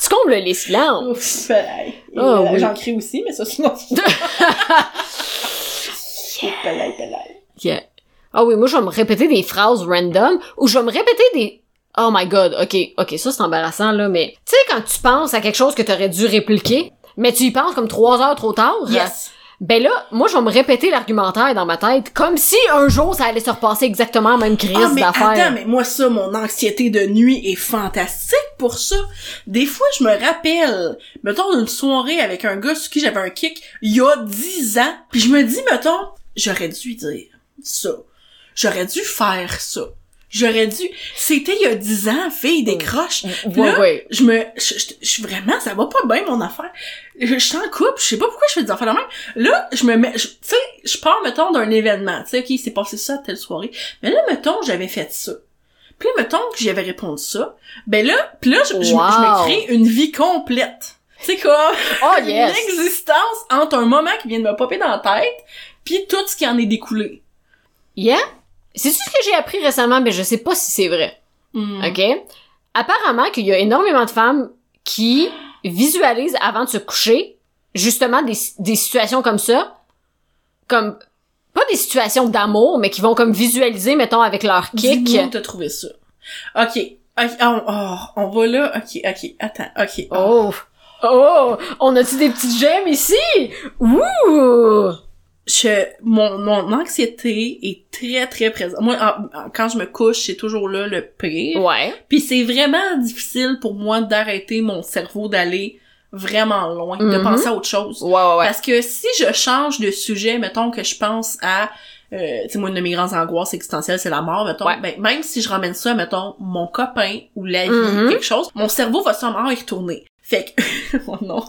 Tu combles les silences.
Ouf, aïe. Et,
Ah,
euh,
oui.
J'en crée aussi, mais ça, c'est une autre histoire. Ouh, pelaille, pelaille.
Yeah. Ah oui, moi, je vais me répéter des phrases random ou je vais me répéter des... Oh my god, ok, ok, ça c'est embarrassant là, mais... Tu sais, quand tu penses à quelque chose que t'aurais dû répliquer, mais tu y penses comme trois heures trop tard,
Yes.
ben là, moi, je vais me répéter l'argumentaire dans ma tête, comme si un jour ça allait se repasser exactement la même crise
Ah, mais attends,
d'affaires.
mais moi, ça, mon anxiété de nuit est fantastique pour ça. Des fois, je me rappelle, mettons, d'une soirée avec un gars sur qui j'avais un kick il y a 10 ans, puis je me dis, mettons, j'aurais dû dire ça. J'aurais dû faire ça. J'aurais dû... C'était il y a 10 ans, fille, décroche. Puis
Ouais,
là,
ouais.
je me je, je, je suis vraiment ça va pas bien mon affaire je, je suis en couple je sais pas pourquoi je fais des affaires de même là je me mets je- tu sais je pars mettons d'un événement tu sais ok c'est passé ça à telle soirée mais là mettons j'avais fait ça puis là, mettons que j'y avais répondu ça ben là puis là je, je- je
Wow.
me crée une vie complète tu sais quoi
Oh yes!
une existence entre un moment qui vient de me popper dans la tête puis tout ce qui en est découlé
Yeah? C'est-tu ce que j'ai appris récemment? Ben je sais pas si c'est vrai.
Hmm.
OK? Apparemment qu'il y a énormément de femmes qui visualisent avant de se coucher justement des, des situations comme ça, comme pas des situations d'amour, mais qui vont comme visualiser, mettons, avec leur kick.
Dis-nous où t'as trouvé ça. OK. Ok, on, oh, on va là. OK, OK. Attends. OK. oh.
Oh! Oh! On a-tu des petites gemmes ici? Ouh!
Je, mon, mon anxiété est très, très présente. Moi, en- en- quand je me couche, c'est toujours là le pire.
Ouais.
Puis c'est vraiment difficile pour moi d'arrêter mon cerveau d'aller vraiment loin, de
Mhm.
penser à autre chose.
Ouais, ouais, ouais.
Parce que si je change de sujet, mettons que je pense à, euh, tu sais, moi, une de mes grandes angoisses existentielles, c'est la mort, mettons.
Ouais.
Ben, même si je ramène ça, mettons, mon copain ou la vie,
Mhm.
quelque chose, mon cerveau va sûrement y retourner. Fait que... oh non.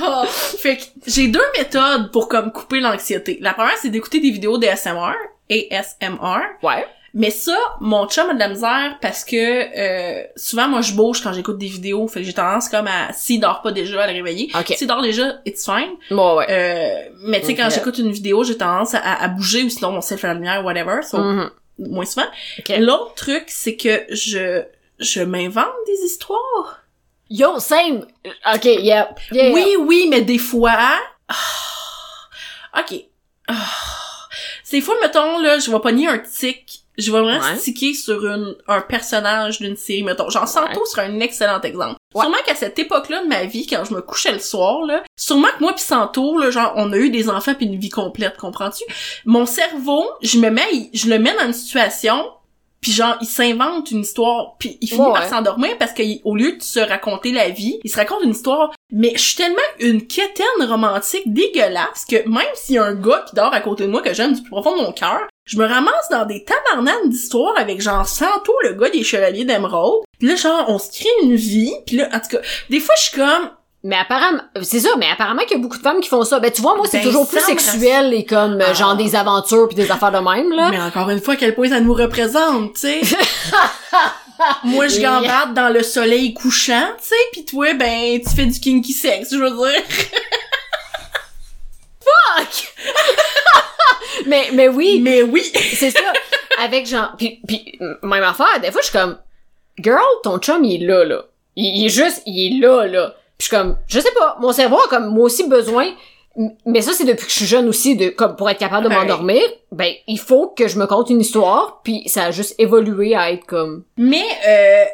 Ah, fait que j'ai deux méthodes pour comme couper l'anxiété. La première, c'est d'écouter des vidéos d'ASMR, ASMR.
Ouais.
Mais ça, mon chum a de la misère parce que euh, souvent, moi, je bouge quand j'écoute des vidéos. Fait que j'ai tendance comme à, s'il dort pas déjà, à le réveiller.
Ok.
S'il dort déjà, it's fine.
Bon, ouais.
Euh, mais tu sais, quand
Ok.
j'écoute une vidéo, j'ai tendance à, à bouger ou sinon mon cercle la lumière, whatever. So,
Mhm.
moins souvent.
Ok.
L'autre truc, c'est que je je m'invente des histoires.
Yo, same! Ok, yeah. yeah.
Oui, oui, mais des fois... Ah, ok. Ah. Des fois, mettons, là, je vais pogner un tic. Je vais vraiment
Ouais.
sticker sur une, un personnage d'une série, mettons. Genre, Santo serait un excellent exemple.
Ouais.
Sûrement qu'à cette époque-là de ma vie, quand je me couchais le soir, là, sûrement que moi pis Santo, là, genre, on a eu des enfants puis une vie complète, comprends-tu? Mon cerveau, je me mets, à y- je le mets dans une situation puis genre, il s'invente une histoire, puis il finit
Ouais, ouais.
par s'endormir parce qu'au lieu de se raconter la vie, il se raconte une histoire. Mais je suis tellement une quétaine romantique dégueulasse que même s'il y a un gars qui dort à côté de moi que j'aime du plus profond de mon cœur, je me ramasse dans des tabarnanes d'histoires avec genre Santo, le gars des Chevaliers d'Émeraude. Puis là, genre, on se crée une vie. Puis là, en tout cas, des fois, je suis comme...
Mais apparemment, c'est ça, mais apparemment qu'il y a beaucoup de femmes qui font ça. Ben, tu vois, moi, c'est
Ben,
toujours plus
ça me
sexuel et comme, euh,
Ah.
genre, des aventures puis des affaires de même, là.
Mais encore une fois, à quel point ça nous représente, tu sais. Moi, je
Oui.
gambarde dans le soleil couchant, tu sais, pis toi, ben, tu fais du kinky sexe, je veux dire.
Mais, mais oui,
Mais oui!
c'est ça. Avec genre, puis, puis, m- même affaire, des fois, je suis comme, girl, ton chum, il est là, là. Il, il est juste, il est là, là. Puis je suis comme, je sais pas, mon cerveau a comme, moi aussi, besoin, m- mais ça, c'est depuis que je suis jeune aussi, de, comme, pour être capable de
Ouais.
m'endormir, ben, il faut que je me conte une histoire, puis ça a juste évolué à être comme,
Mais, euh,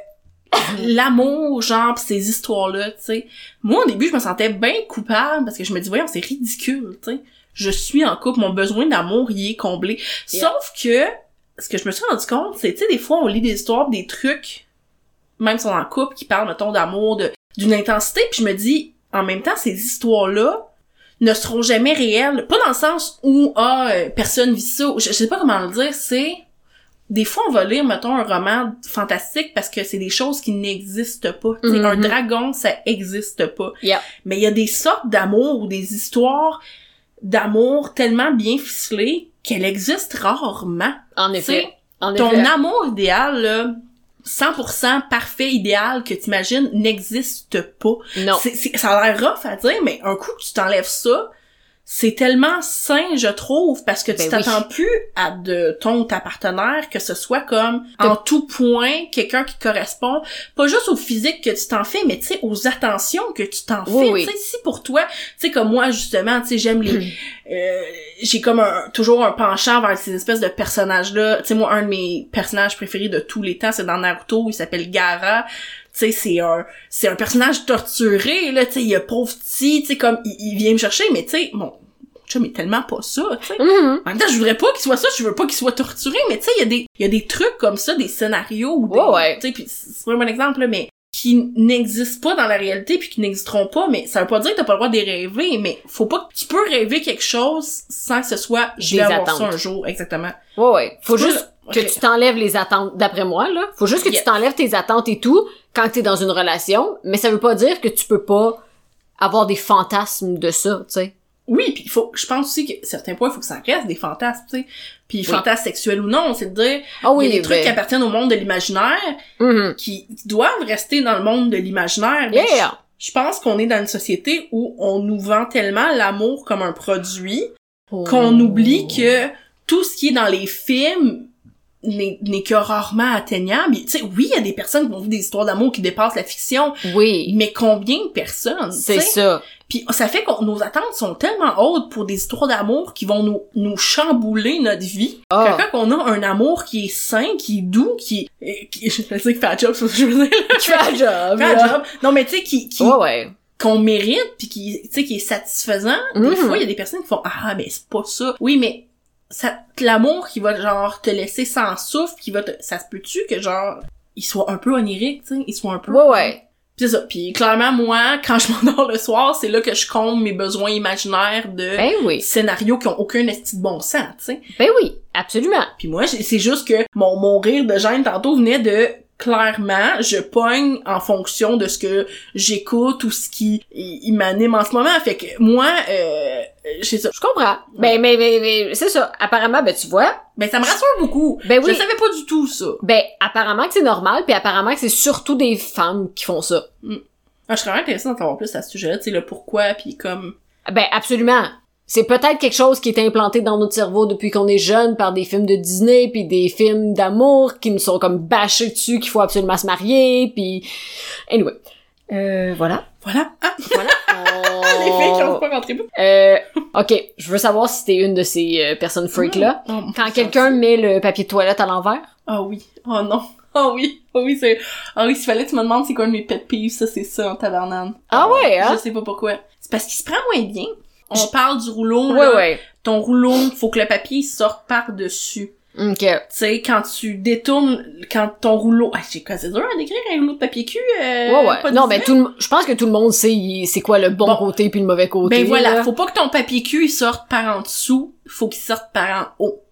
l'amour, genre, pis ces histoires-là, tu sais. Moi, au début, je me sentais bien coupable parce que je me dis, voyons, c'est ridicule, tu sais. Je suis en couple, mon besoin d'amour y est comblé.
Yeah.
Sauf que, ce que je me suis rendu compte, c'est, tu sais, des fois, on lit des histoires, des trucs, même si on est en couple, qui parlent, mettons, d'amour, de- d'une intensité, puis je me dis, en même temps, ces histoires-là ne seront jamais réelles. Pas dans le sens où, ah, euh, personne vit ça. Je, je sais pas comment le dire, c'est... Des fois, on va lire, mettons, un roman fantastique parce que c'est des choses qui n'existent pas. Tu sais, Un
Mhm.
dragon, ça existe pas.
yeah.
Mais il y a des sortes d'amour ou des histoires d'amour tellement bien ficelées qu'elles existent rarement.
En
Tu sais,
effet. En
ton
effet.
amour idéal, là, 100% parfait idéal que t'imagines n'existe pas.
Non.
C'est- c'est- ça a l'air rough à dire, mais un coup que tu t'enlèves ça, c'est tellement sain, je trouve, parce que tu
Ben
t'attends plus à de ton ou ta partenaire que ce soit comme en tout point quelqu'un qui te correspond, pas juste au physique que tu t'en fais, mais tu sais aux attentions que tu t'en
Oui,
fais.
oui.
Tu sais si pour toi, tu sais comme moi justement, tu sais j'aime les euh, j'ai comme un, toujours un penchant vers ces espèces de personnages là. Tu sais moi un de mes personnages préférés de tous les temps, c'est dans Naruto, il s'appelle Gara. Tu sais c'est un c'est un personnage torturé là, tu sais il est pauvre petit, tu sais comme il, il vient me chercher mais tu sais mon chum est tellement pas ça, tu sais.
Mhm.
En même temps, je voudrais pas qu'il soit ça, je veux pas qu'il soit torturé, mais tu sais, il y a des, il y a des trucs comme ça, des scénarios ou des,
Ouais, ouais.
tu sais, puis c'est pas un bon exemple, là, mais qui n'existent pas dans la réalité puis qui n'existeront pas, mais ça veut pas dire que t'as pas le droit de les rêver, mais faut pas que tu peux rêver quelque chose sans que ce soit, je vais
Des
avoir ça
attentes.
un jour, exactement.
Ouais, ouais. Faut
Tu peux
juste
le-
que
Ok.
tu t'enlèves les attentes, d'après moi, là. Faut juste que
Yes.
tu t'enlèves tes attentes et tout quand t'es dans une relation, mais ça veut pas dire que tu peux pas avoir des fantasmes de ça, tu sais.
Oui, puis il faut, je pense aussi que certains points, il faut que ça reste des fantasmes, tu sais. Puis
Oui.
fantasmes sexuels ou non, c'est de dire,
Ah oui,
il y a des trucs qui
ben,
appartiennent au monde de l'imaginaire,
mhm.
qui doivent rester dans le monde de l'imaginaire, mais
Yeah.
Je pense qu'on est dans une société où on nous vend tellement l'amour comme un produit qu'on
Oh.
oublie que tout ce qui est dans les films n'est n'est que rarement atteignable. Tu sais, oui, il y a des personnes qui vont vivre des histoires d'amour qui dépassent la fiction,
Oui,
mais combien de personnes? tu
c'est
sais?
ça.
Puis ça fait que nos attentes sont tellement hautes pour des histoires d'amour qui vont nous, nous chambouler notre vie.
Ah.
Que quand on a un amour qui est sain, qui est doux, qui est... euh, Qui, je sais qu'il fait la job, c'est ce que je veux dire. là.
Tu fais un job,
Fait
Ah, là. Oh.
la job. Non, mais tu sais, qui, qui,
Ouais, ouais.
qu'on mérite puis qui tu sais qui est satisfaisant
Mhm.
des fois il y a des personnes qui font ah mais c'est pas ça oui mais ça l'amour qui va genre te laisser sans souffle qui va te ça se peut-tu que genre il soit un peu onirique tu sais il soit un peu
Ouais, ouais.
Puis c'est ça puis clairement moi quand je m'endors le soir c'est là que je comble mes besoins imaginaires de
Ben oui.
scénarios qui ont aucun esti de bon sens tu sais
Ben oui, absolument.
puis moi j'ai- c'est juste que mon mon rire de gêne tantôt venait de clairement, je pogne en fonction de ce que j'écoute ou ce qui il, il m'anime en ce moment. Fait que moi, euh, c'est ça.
Je comprends. Ben, mais, mais, mais c'est ça. Apparemment, ben, tu vois.
Ben, ça me rassure beaucoup.
Ben oui.
Je savais pas du tout ça.
Ben, apparemment que c'est normal, puis apparemment que c'est surtout des femmes qui font ça.
Ah, je serais vraiment intéressée d'en savoir plus à ce sujet-là, tu sais, le pourquoi, puis comme...
Ben, absolument. C'est peut-être quelque chose qui est implanté dans notre cerveau depuis qu'on est jeune par des films de Disney puis des films d'amour qui nous sont comme bâchés dessus qu'il faut absolument se marier puis anyway. Euh, voilà.
Voilà. Ah,
Voilà.
les filles qui ont pas rentré.
Euh, ok, je veux savoir si t'es une de ces euh, personnes freaks là.
Oh, mon
Quand
Dieu.
quelqu'un met le papier de toilette à l'envers.
Ah oui. Oh non. Ah oui. Ah oui, c'est... Ah oui, s'il fallait que tu me demandes c'est quoi mes pet peeves, ça, c'est ça, en tabarnane.
Ah ouais, hein?
Je sais pas pourquoi. C'est parce qu'il se prend moins bien. On parle du rouleau,
Ouais
là.
ouais.
Ton rouleau, faut que le papier sorte par-dessus.
Ok.
Tu sais, quand tu détournes, quand ton rouleau... Ah, c'est quoi, c'est dur à décrire un rouleau de papier cul? euh,
ouais ouais.
pas
Non
d'idée?
mais tout le, je pense que tout le monde sait il- c'est quoi le bon,
Bon.
côté puis le mauvais côté.
Ben voilà,
là.
faut pas que ton papier cul il sorte par en dessous, faut qu'il sorte par en haut.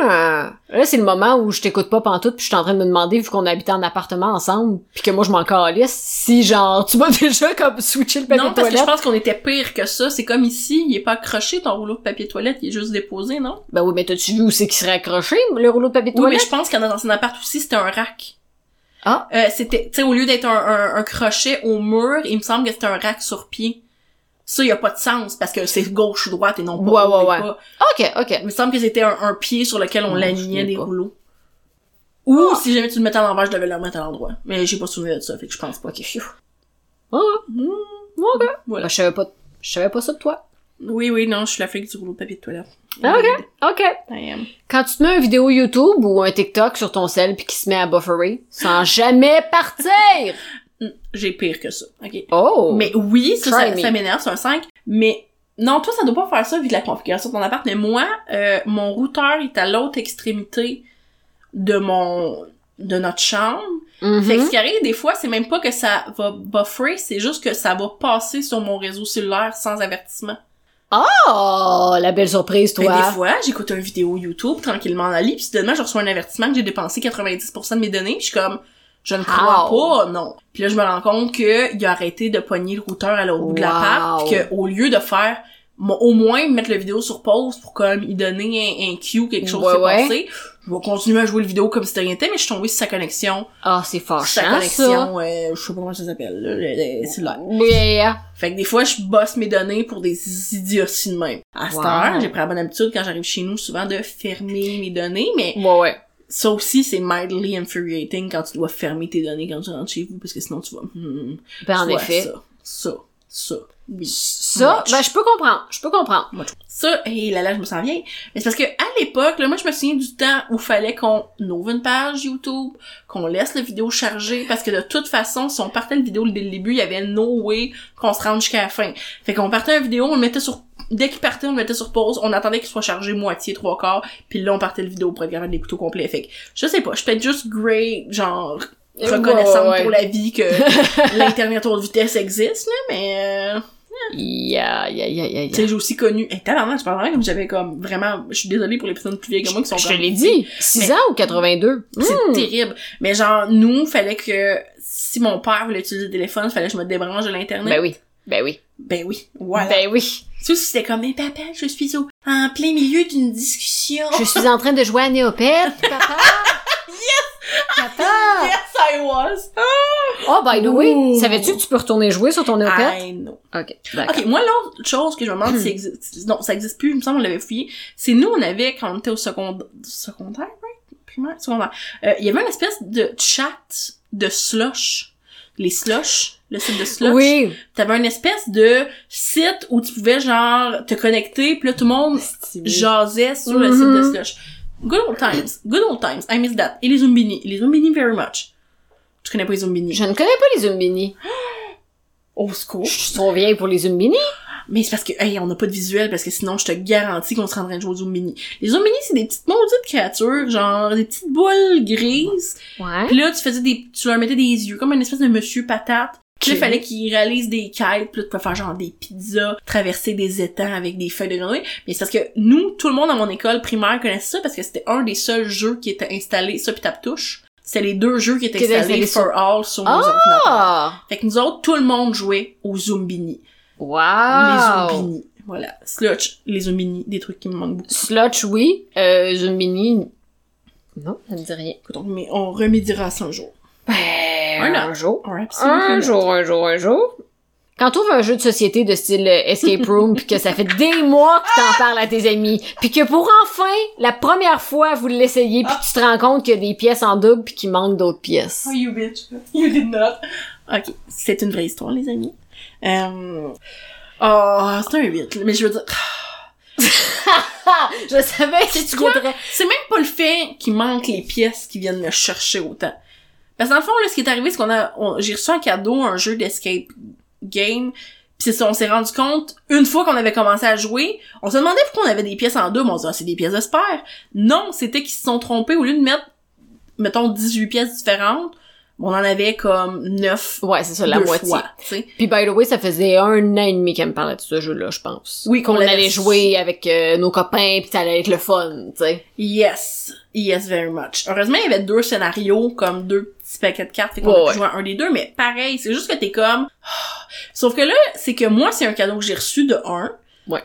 Ah. Là, c'est le moment où je t'écoute pas pantoute puis je suis en train de me demander, vu qu'on habitait en appartement ensemble puis que moi je m'en calisse, si genre, tu m'as déjà comme switché le papier
non,
de
parce que je
toilette.
pense qu'on était pire que ça. C'est comme ici, il est pas accroché ton rouleau de papier toilette, il est juste déposé, non?
Ben oui, mais t'as-tu vu où c'est qui serait accroché, le rouleau de papier de
Oui, mais
toilette?
je pense qu'en dans un appart aussi, c'était un rack.
Ah.
Euh, c'était, tu sais, au lieu d'être un, un- un crochet au mur, il me semble que c'était un rack sur pied. Ça, y a pas de sens, parce que c'est gauche ou droite et non
Ouais,
pas. haut
ouais,
et
ouais.
pas.
Ok, ok.
Il me semble que c'était un, un pied sur lequel on
Non, je
l'alignait
sais
des
pas.
rouleaux. Ou si jamais tu le mettais à l'envers, je devais le remettre à l'endroit. Mais j'ai pas souvenir de ça, fait que je pense pas que...
Ah, hmm, ok.
Voilà.
Ben, je savais pas, je savais pas ça de toi.
Oui, oui, non, je suis la flic du rouleau de papier de toilette.
Ah, ok. Ok.
I am.
Quand tu te mets une vidéo YouTube ou un TikTok sur ton sel puis qui se met à bufferer, sans jamais partir!
Mm, J'ai pire que ça, ok.
Oh!
Mais oui, ça,
Try
ça,
me.
ça m'énerve, c'est un 5. Mais non, toi, ça doit pas faire ça vu de la configuration de ton appart. Mais moi, euh, mon routeur est à l'autre extrémité de mon de notre chambre.
Mhm.
Fait que ce qui arrive des fois, c'est même pas que ça va buffer, c'est juste que ça va passer sur mon réseau cellulaire sans avertissement.
Oh, la belle surprise,
Fait que
toi!
des fois, j'écoute une vidéo YouTube tranquillement en la lit, puis soudainement, je reçois un avertissement que j'ai dépensé 90% de mes données, puis je suis comme, je ne crois
How?
pas, non. Puis là, je me rends compte que il a arrêté de pogner le routeur à l'autre bout de
Wow.
l'appart, puis que au lieu de faire mo- au moins mettre la vidéo sur pause pour comme y donner un, un cue quelque chose
Ouais,
s'est
ouais.
passé je vais continuer à jouer le vidéo comme si de rien n'était mais je suis tombée sur sa connexion
Ah, c'est
sa
fâchant, ça!
connexion euh, je sais pas comment ça s'appelle là, le- le cellulaire.
Yeah.
Fait que des fois, je bosse mes données pour des idioties de même. À cette
Wow.
heure, j'ai pris la bonne habitude quand j'arrive chez nous souvent de fermer mes données, mais
Ouais, ouais.
ça aussi, c'est mildly infuriating quand tu dois fermer tes données quand tu rentres chez vous, parce que sinon tu vas... hmm,
Ben,
tu
en
vois
effet.
Ça, ça, ça, oui.
Ça,
Much.
ben, je peux comprendre. Je peux comprendre.
Ça, et là là, je me sens vieille. Mais c'est parce que à l'époque, là, moi, je me souviens du temps où fallait qu'on ouvre une page YouTube, qu'on laisse la vidéo charger, parce que de toute façon, si on partait la vidéo dès le début, il y avait no way qu'on se rende jusqu'à la fin. Fait qu'on partait la vidéo, on le mettait sur dès qu'il partait, on le mettait sur pause, on attendait qu'il soit chargé moitié, trois quarts, puis là, on partait la vidéo pour être capable de l'écouter au complet. Fait que, je sais pas, je suis peut-être juste grey, genre reconnaissante
Euh, Ouais, ouais, ouais.
pour la vie que l'internet haute vitesse existe, là, mais... euh,
Yeah, yeah, yeah, yeah,
tu
yeah.
sais, j'ai aussi connu, hey, tabarnak, je parle vraiment comme j'avais comme vraiment, je suis désolée pour les personnes plus vieilles que moi qui sont
Je te
comme-
l'ai dit. 6
Mais-
ans ou 82?
C'est
Hmm.
terrible. Mais genre, nous, fallait que si mon père voulait utiliser le téléphone, fallait que je me débranche de l'Internet.
Ben oui. Ben oui.
Ben oui. Voilà.
Ben oui.
Tu sais, c'était comme, mais papa, je suis au, en plein milieu d'une discussion.
Je suis en train de jouer à Néopète, papa. yes! Papa!
Yes, I was.
Oh, by the way,
Ouh. Ah,
savais-tu que tu peux retourner jouer sur ton Néopète?
I know.
Ok, d'accord.
Ok, moi, l'autre chose que je me demande, si existe, non, ça existe plus, il me semble, on l'avait fouillé. C'est nous, on avait, quand on était au secondaire, secondaire, right? Primaire? Secondaire. Euh, il y avait une espèce de chat de slush. Les slush. Le site de slush.
Oui.
T'avais une espèce de site où tu pouvais, genre, te connecter, pis là, tout le monde jasait sur le site de
Mhm.
slush. Good old times. Good old times. I miss that. Et les Zumbini. Les Zumbini very much. Tu connais pas les Zumbini?
Je ne connais pas les Zumbini.
Au secours.
Oh. Je suis trop vieille pour les Zumbini.
Mais c'est parce que, hey, on n'a pas de visuel, parce que sinon, je te garantis qu'on sera en train de jouer aux Zoom Mini. Les Zoom Mini, c'est des petites maudites créatures, genre des petites boules grises.
Ouais.
Puis là, tu faisais des, tu leur mettais des yeux, comme une espèce de monsieur patate. Puis là,
Ok.
fallait qu'ils réalisent des quêtes, puis là, tu pouvais faire genre des pizzas, traverser des étangs avec des feuilles de grenouille. Mais c'est parce que nous, tout le monde à mon école primaire connaissait ça, parce que c'était un des seuls jeux qui était installé, ça puis tape touche. C'était les deux jeux qui étaient
Qui étaient
installés
installés
for all sur nos ordinateurs.
Ah!
Fait que nous autres, tout le monde jouait aux Zumbini. Les
Wow!
Zumbini. Voilà. Slutch, les Zumbini, des trucs qui me manquent beaucoup.
Slotch, oui. Euh, Zumbini... Non, ça me dit rien.
Écoute, on, mais on remédiera à ça un jour.
Ben,
Un an.
un jour.
On rap ça,
Un
on fait
jour, un jour, un jour. Quand trouve un jeu de société de style euh, Escape Room, puis que ça fait des mois que t'en parles à tes amis, puis que pour enfin, la première fois, vous l'essayez,
Ah.
puis que tu te rends compte qu'il y a des pièces en double, puis qu'il manque d'autres pièces.
Oh, you bitch. You did not. Ok. C'est une vraie histoire, les amis. Euh... Oh, c'est un 8, mais je veux dire...
Ah! Je savais que tu
Quoi?
voudrais...
C'est même pas le fait qu'il manque les pièces qui viennent me chercher autant. Parce que dans le fond, là, ce qui est arrivé, c'est qu'on a... on- J'ai reçu un cadeau, un jeu d'escape game, pis c'est ça, on s'est rendu compte, une fois qu'on avait commencé à jouer, on se demandait pourquoi on avait des pièces en deux, mais on se dit, ah, c'est des pièces de spare. Non, c'était qu'ils se sont trompés, au lieu de mettre, mettons, 18 pièces différentes, on en avait comme 9
Ouais, c'est ça, la
deux
moitié.
fois, tu sais.
Puis by the way, ça faisait un an et demi qu'elle me parlait de ce jeu-là, je pense.
Oui,
qu'on
qu'on
allait
l'avait-
jouer avec euh, nos copains, puis ça allait être le fun, tu sais.
Yes. Yes, very much. Heureusement, il y avait deux scénarios, comme deux petits paquets de cartes, fait qu'on
Ouais,
a
ouais.
pu jouer à un des deux, mais pareil, c'est juste que t'es comme... Sauf que là, c'est que moi, c'est un cadeau que j'ai reçu de un.
Ouais.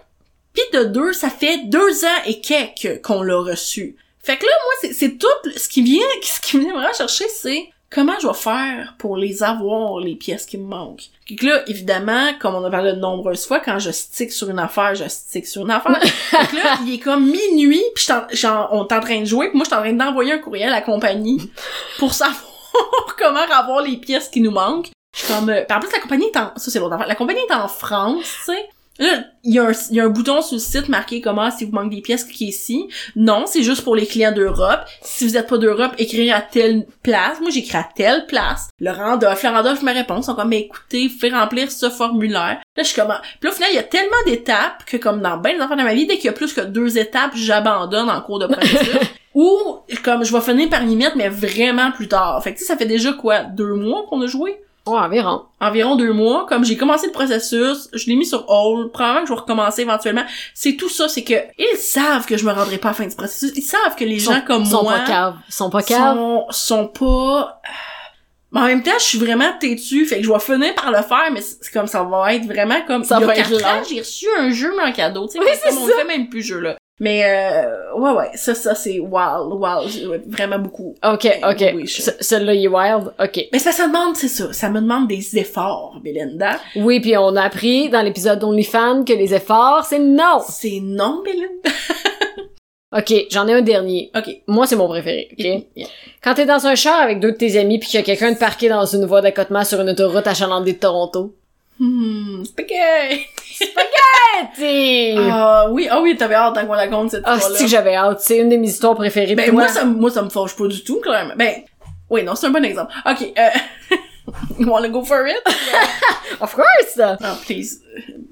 Puis de deux, ça fait deux ans et quelques qu'on l'a reçu. Fait que là, moi, c'est- c'est tout le- ce qui vient, ce qui vient vraiment chercher, c'est comment je vais faire pour les avoir, les pièces qui me manquent. Fait que là, évidemment, comme on a parlé de nombreuses fois, quand je stick sur une affaire, je stick sur une affaire. fait que là, il est comme minuit, pis je t'en- j'en- on est en train de jouer, pis moi, je suis en train d'envoyer un courriel à la compagnie pour savoir comment avoir les pièces qui nous manquent. Je suis comme... euh, pis en plus, la compagnie est en... Ça, c'est l'autre affaire. La compagnie est en France, tu sais. Là, il y, a un, il y a un bouton sur le site marqué comment si vous manquez des pièces, cliquez ici. Non, c'est juste pour les clients d'Europe. Si vous êtes pas d'Europe, écrivez à telle place. Moi, j'écris à telle place. Le Randolph, le Randolph me répond. Ils sont comme, mais écoutez, vous pouvez remplir ce formulaire. Là, je suis comme, ah. puis là, au final, il y a tellement d'étapes que comme dans ben les enfants de ma vie, dès qu'il y a plus que deux étapes, j'abandonne en cours de processus. Ou, comme, je vais finir par m'y mettre, mais vraiment plus tard. Fait que, tu sais, ça fait déjà, quoi, deux mois qu'on a joué?
Ouais, environ.
environ deux mois. Comme j'ai commencé le processus, je l'ai mis sur hold. Probablement que je vais recommencer éventuellement. C'est tout ça, c'est que ils savent que je me rendrai pas à la fin du processus. Ils savent que les
Ils sont-
gens comme
sont
moi
pas caves. Ils sont pas caves.
sont, sont pas... euh, Mais en même temps, je suis vraiment têtue, fait que je vais finir par le faire, mais c'est c'est comme ça va être vraiment comme...
Ça
Il y a
va être
quatre ans,
long.
J'ai reçu un jeu, mais en cadeau, tu sais,
Oui,
parce que
c'est
on le fait même plus ce jeu-là. Mais euh, ouais, ouais, ça, ça, c'est wow, wow, ouais, vraiment beaucoup.
Ok, ok.
Oui, je-
Ce- Celui-là, il est wild. Ok.
Mais ça, ça demande, c'est ça, ça me demande des efforts, Belinda.
Oui, puis on a appris dans l'épisode OnlyFans que les efforts, c'est non.
C'est non, Béline.
Ok, j'en ai un dernier.
OK.
Moi, c'est mon préféré. ok?
Yeah.
Quand t'es dans un char avec deux de tes amis puis qu'il y a quelqu'un de parqué dans une voie d'accotement sur une autoroute achalandée de Toronto.
Hmm, spaghetti.
T'sais.
Ah oui, ah oui, t'avais hâte qu'on la compte cette
Ah, c'est que
fois-là.
j'avais hâte. C'est une de mes histoires préférées.
Ben
Puis
moi
moi-
ça, moi ça me fâche pas du tout clairement. Ben oui, non, c'est un bon exemple. OK, euh You wanna go for it?
Of course!
Oh, please.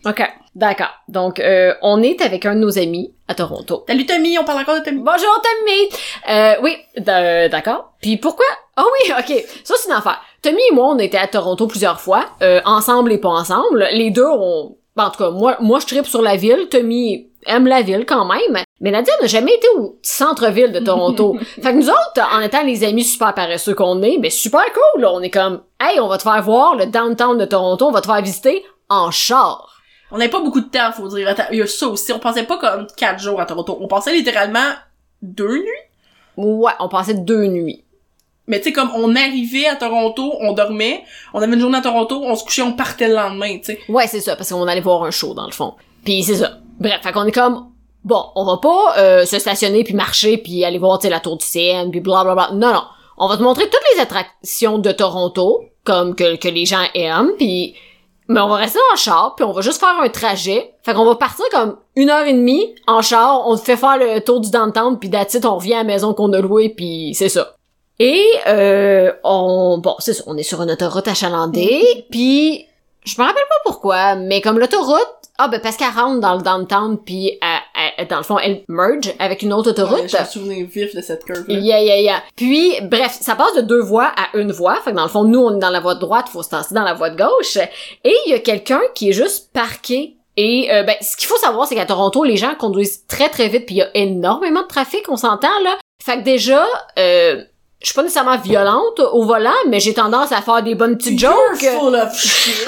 Ok, d'accord. Donc, euh, on est avec un de nos amis à Toronto.
Salut Tommy, on parle encore de Tommy.
Bonjour Tommy. Euh, oui, d- d'accord. Puis pourquoi Ah oui, ok. Ça c'est une affaire. Tommy et moi, on était à Toronto plusieurs fois, euh, ensemble et pas ensemble. Les deux, on, ben, en tout cas, moi, moi, je tripe sur la ville. Tommy aime la ville quand même. Mais Nadia n'a jamais été au centre-ville de Toronto. fait que nous autres, en étant les amis super paresseux qu'on est, mais super cool, là, on est comme, hey, on va te faire voir le downtown de Toronto, on va te faire visiter en char.
On n'avait pas beaucoup de temps, faut dire. Attends, il y a ça aussi, on passait pas comme quatre jours à Toronto. On passait littéralement deux nuits.
Ouais, on passait deux nuits.
Mais tu sais comme on arrivait à Toronto, on dormait, on avait une journée à Toronto, on se couchait, on partait le lendemain, tu sais.
Ouais, c'est ça, parce qu'on allait voir un show, dans le fond. Puis c'est ça. Bref, fait qu'on est comme... Bon, on va pas euh, se stationner, puis marcher, puis aller voir, tu sais, la tour du CN, puis blablabla. Non, non. On va te montrer toutes les attractions de Toronto, comme que, que les gens aiment, puis... Mais on va rester en char, puis on va juste faire un trajet. Fait qu'on va partir comme une heure et demie en char, on te fait faire le tour du downtown, puis d'attitude, on revient à la maison qu'on a louée, puis c'est ça. Et euh, on... Bon, c'est ça, on est sur une autoroute achalandée,
Mm-hmm.
puis je me rappelle pas pourquoi, mais comme l'autoroute, ah ben parce qu'elle rentre dans le downtown puis elle- elle- dans le fond elle merge avec une autre
Ouais,
autoroute.
Je me souviens vif de cette curve. là
Yeah, yeah, yeah. Puis, bref, ça passe de deux voies à une voie. Fait que dans le fond, nous, on est dans la voie de droite, faut se tasser dans la voie de gauche. Et il y a quelqu'un qui est juste parqué. Et euh, ben, ce qu'il faut savoir, c'est qu'à Toronto, les gens conduisent très, très vite, puis il y a énormément de trafic, on s'entend, là. Fait que déjà, euh, je suis pas nécessairement violente au volant, mais j'ai tendance à faire des bonnes petites jokes.
You're full of shit.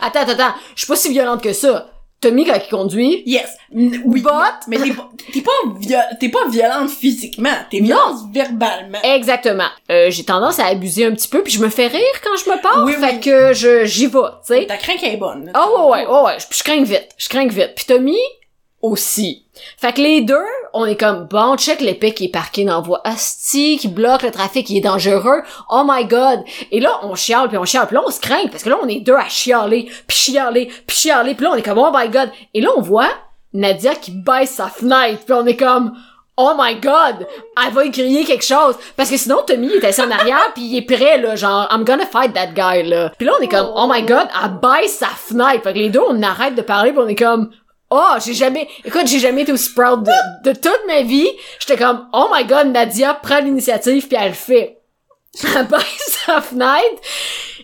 Attends, attends, attends. Je suis pas si violente que ça. Tommy, quand il conduit,
Yes. N- Oui.
But-
Mais t'es pas, t'es pas, viol- t'es pas violente physiquement. T'es violente verbalement.
Eh, exactement. Euh, j'ai tendance à abuser un petit peu, puis je me fais rire quand je me parle,
Oui,
fait
oui.
que je j'y vais, tu sais.
Ta crainte est bonne. là.
Oh ouais, ouais, ouais, ouais. Je, je crains vite, je crains vite. Puis Tommy aussi. Fait que les deux, on est comme bon, check l'épée qui est parqué dans la voie asti, qui bloque le trafic, qui est dangereux. Oh my god. Et là, on chiale, puis on chiale, puis là on se craint parce que là on est deux à chialer, puis chialer, puis chialer, puis là on est comme oh my god. Et là on voit Nadia qui baisse sa fenêtre, puis on est comme Oh my god, elle va y crier quelque chose parce que sinon Tommy il est assis en arrière puis il est prêt là genre I'm gonna fight that guy là. Puis là on est comme oh my god, elle baisse sa fenêtre. Fait que les deux on arrête de parler puis on est comme oh j'ai jamais écoute j'ai jamais été aussi proud de, de toute ma vie. J'étais comme oh my god Nadia prend l'initiative puis elle le fait. Elle baisse sa fenêtre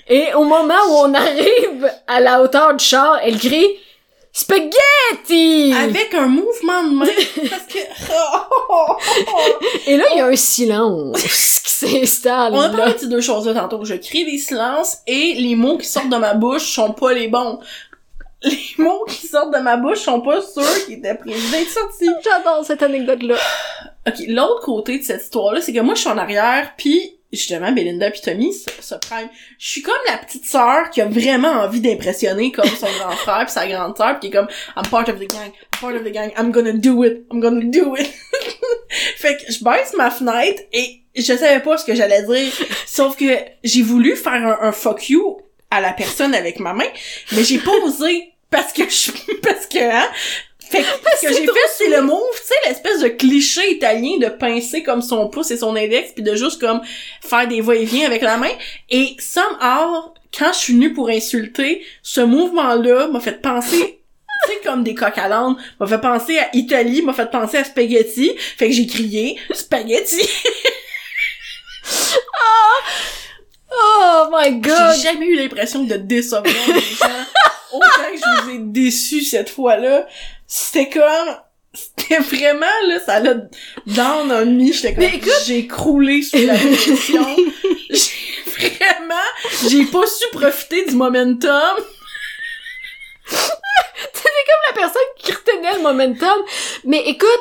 et au moment où on arrive à la hauteur du char elle crie spaghetti.
Avec un mouvement de main. parce que,
Et là, il y a un silence qui s'installe.
on a
là.
parlé de ces deux choses-là tantôt. Je crie des silences et les mots qui sortent de ma bouche sont pas les bons. Les mots qui sortent de ma bouche sont pas ceux qui étaient prévus d'être sortis.
J'adore cette anecdote-là.
OK, l'autre côté de cette histoire-là, c'est que moi, je suis en arrière, puis justement, Belinda puis Tommy se, se prennent. Je suis comme la petite sœur qui a vraiment envie d'impressionner comme son grand frère puis sa grande sœur, puis qui est comme « I'm part of the gang, I'm part of the gang, I'm gonna do it, I'm gonna do it ». Fait que je baisse ma fenêtre et je savais pas ce que j'allais dire, sauf que j'ai voulu faire un, un fuck you à la personne avec ma main, mais j'ai pas osé parce que je... parce que, hein... Fait que ce que j'ai fait, c'est le move, tu sais, l'espèce de cliché italien de pincer comme son pouce et son index, puis de juste comme faire des va-et-vient avec la main. Et somehow, quand je suis venue pour insulter, ce mouvement-là m'a fait penser, tu sais, comme des coques à l'âne, m'a fait penser à Italie, m'a fait penser à spaghetti. Fait que j'ai crié « spaghetti
Oh my !» god!
J'ai jamais eu l'impression de décevoir les gens. Autant que je vous ai déçu cette fois-là. C'était comme... C'était vraiment, là, ça l'a down on me. J'étais comme...
Mais écoute-
J'ai croulé sous la pression. J'ai vraiment... J'ai pas su profiter du momentum.
la personne qui retenait le momentum. Mais écoute,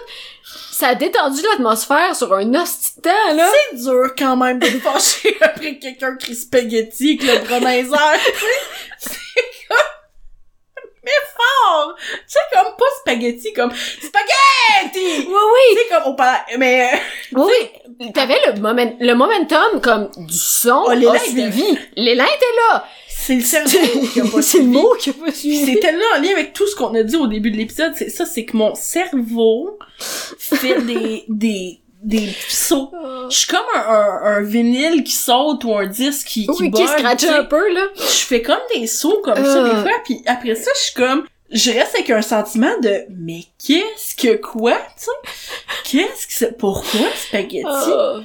ça a détendu l'atmosphère sur un hostie de temps, là.
C'est dur quand même de fâcher après quelqu'un qui spaghetti avec le bras dans les airs, tu sais. C'est comme... Mais fort! Tu sais, comme pas spaghetti, comme...
Oui,
Spaghetti!
oui,
C'est comme on parle... Mais... euh,
oui, oui. T'avais le, moment, le momentum, comme, du son
Oh, l'élan
a
était-
suivi. L'élan était là.
C'est le cerveau qui a pas
C'est le
suivi.
mot qui a pas
Puis
suivi.
c'est tellement en lien avec tout ce qu'on a dit au début de l'épisode, c'est ça, c'est que mon cerveau fait des, des, des sauts.
Oh.
Je suis comme un, un, un vinyle qui saute ou un disque qui, qui
Oui, Oh, qui
bug,
scratchait
tu sais.
un peu, là.
Je fais comme des sauts comme ça
Euh.
des fois, puis après ça, je suis comme... Je reste avec un sentiment de « Mais qu'est-ce que quoi, tu sais? Qu'est-ce que c'est? Pourquoi spaghetti?
Oh.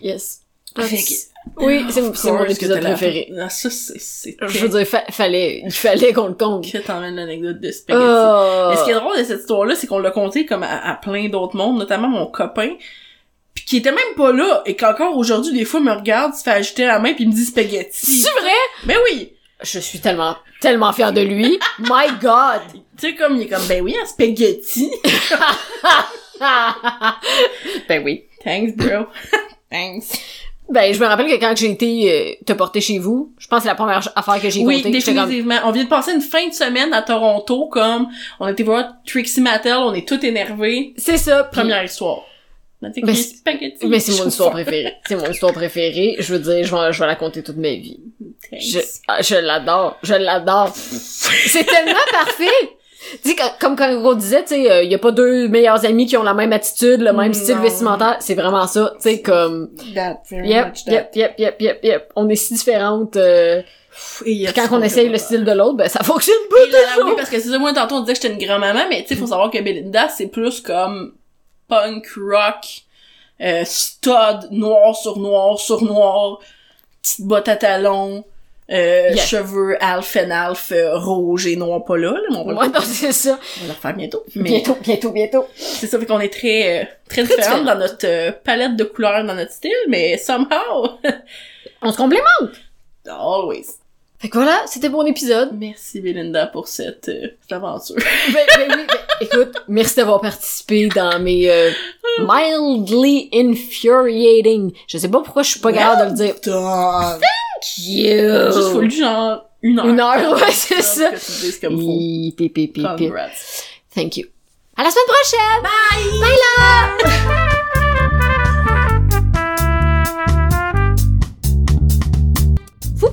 Yes.
Fait que-
Oui, c'est c'est mon
Course que
épisode
t'as la-
préféré.
Non, ça, c'est... c'est
Je veux dire, fa- fallait, il fallait qu'on le compte.
que t'emmènes l'anecdote de spaghetti.
Oh.
Mais ce qui est drôle de cette histoire-là, c'est qu'on l'a conté comme à, à plein d'autres mondes, notamment mon copain, pis qui était même pas là, et qu'encore aujourd'hui, des fois, me regarde, se fait ajouter la main, puis me dit spaghetti.
C'est vrai?
Ben oui!
Je suis tellement, tellement fière de lui. My God!
Tu sais, comme, il est comme, ben oui, un spaghetti.
ben oui.
Thanks, bro. Thanks.
Ben, je me rappelle que quand j'ai été euh, te porter chez vous, je pense que c'est la première ch- affaire que j'ai
Oui,
comptée. J'étais comme,
définitivement. On vient de passer une fin de semaine à Toronto, comme, on était voir Trixie Mattel, on est tout énervés.
c'est ça. puis-
Première histoire. On a dit,
Mais
Chris,
c'est-
spaghetti.
Mais c'est mon histoire préférée. C'est mon histoire préférée. Je veux dire, je vais, je vais la compter toute ma vie. Je,
Thanks.
ah, je l'adore. Je l'adore. c'est tellement parfait. Tu sais, quand- comme quand on disait, tu sais, il y a pas deux meilleurs amis qui ont la même attitude, le même style
Non.
vestimentaire. C'est vraiment ça. Tu sais, comme,
That, very
yep,
much that.
yep, yep, yep, yep, yep. On est si différentes. euh,
Et yes,
Puis quand on
fait
essaye
pas
le
mal.
style de l'autre, ben ça fonctionne pas
Et là, oui,
toujours.
parce que c'est ça, moi, tantôt, on disait que j'étais une grand-maman, mais tu sais, faut savoir que Belinda, c'est plus comme punk rock, euh, stud, noir sur noir sur noir, petite botte à talons, Euh,
Yeah.
cheveux alf and alf euh, rouge et noir pas là, là mais on va, le-
Ouais, non, c'est ça.
on va le faire bientôt mais
Bientôt, bientôt, bientôt.
c'est ça fait qu'on est très euh, très
Très
différentes
différent.
dans notre euh, palette de couleurs dans notre style mais somehow
On se complémente.
always
Fait que voilà, c'était mon épisode.
merci Belinda pour cette, euh, cette aventure
ben, ben oui, ben, écoute, merci d'avoir participé dans mes euh, mildly infuriating. Je sais pas pourquoi je suis pas capable de le dire. Thank you.
juste faut le genre Euh, une heure
Une heure, ouais, c'est ça.
que tu le dises comme faut
Pi, pi, pi, pi, pi.
Congrats.
Thank you. À la semaine prochaine. Bye. Bye là. Vous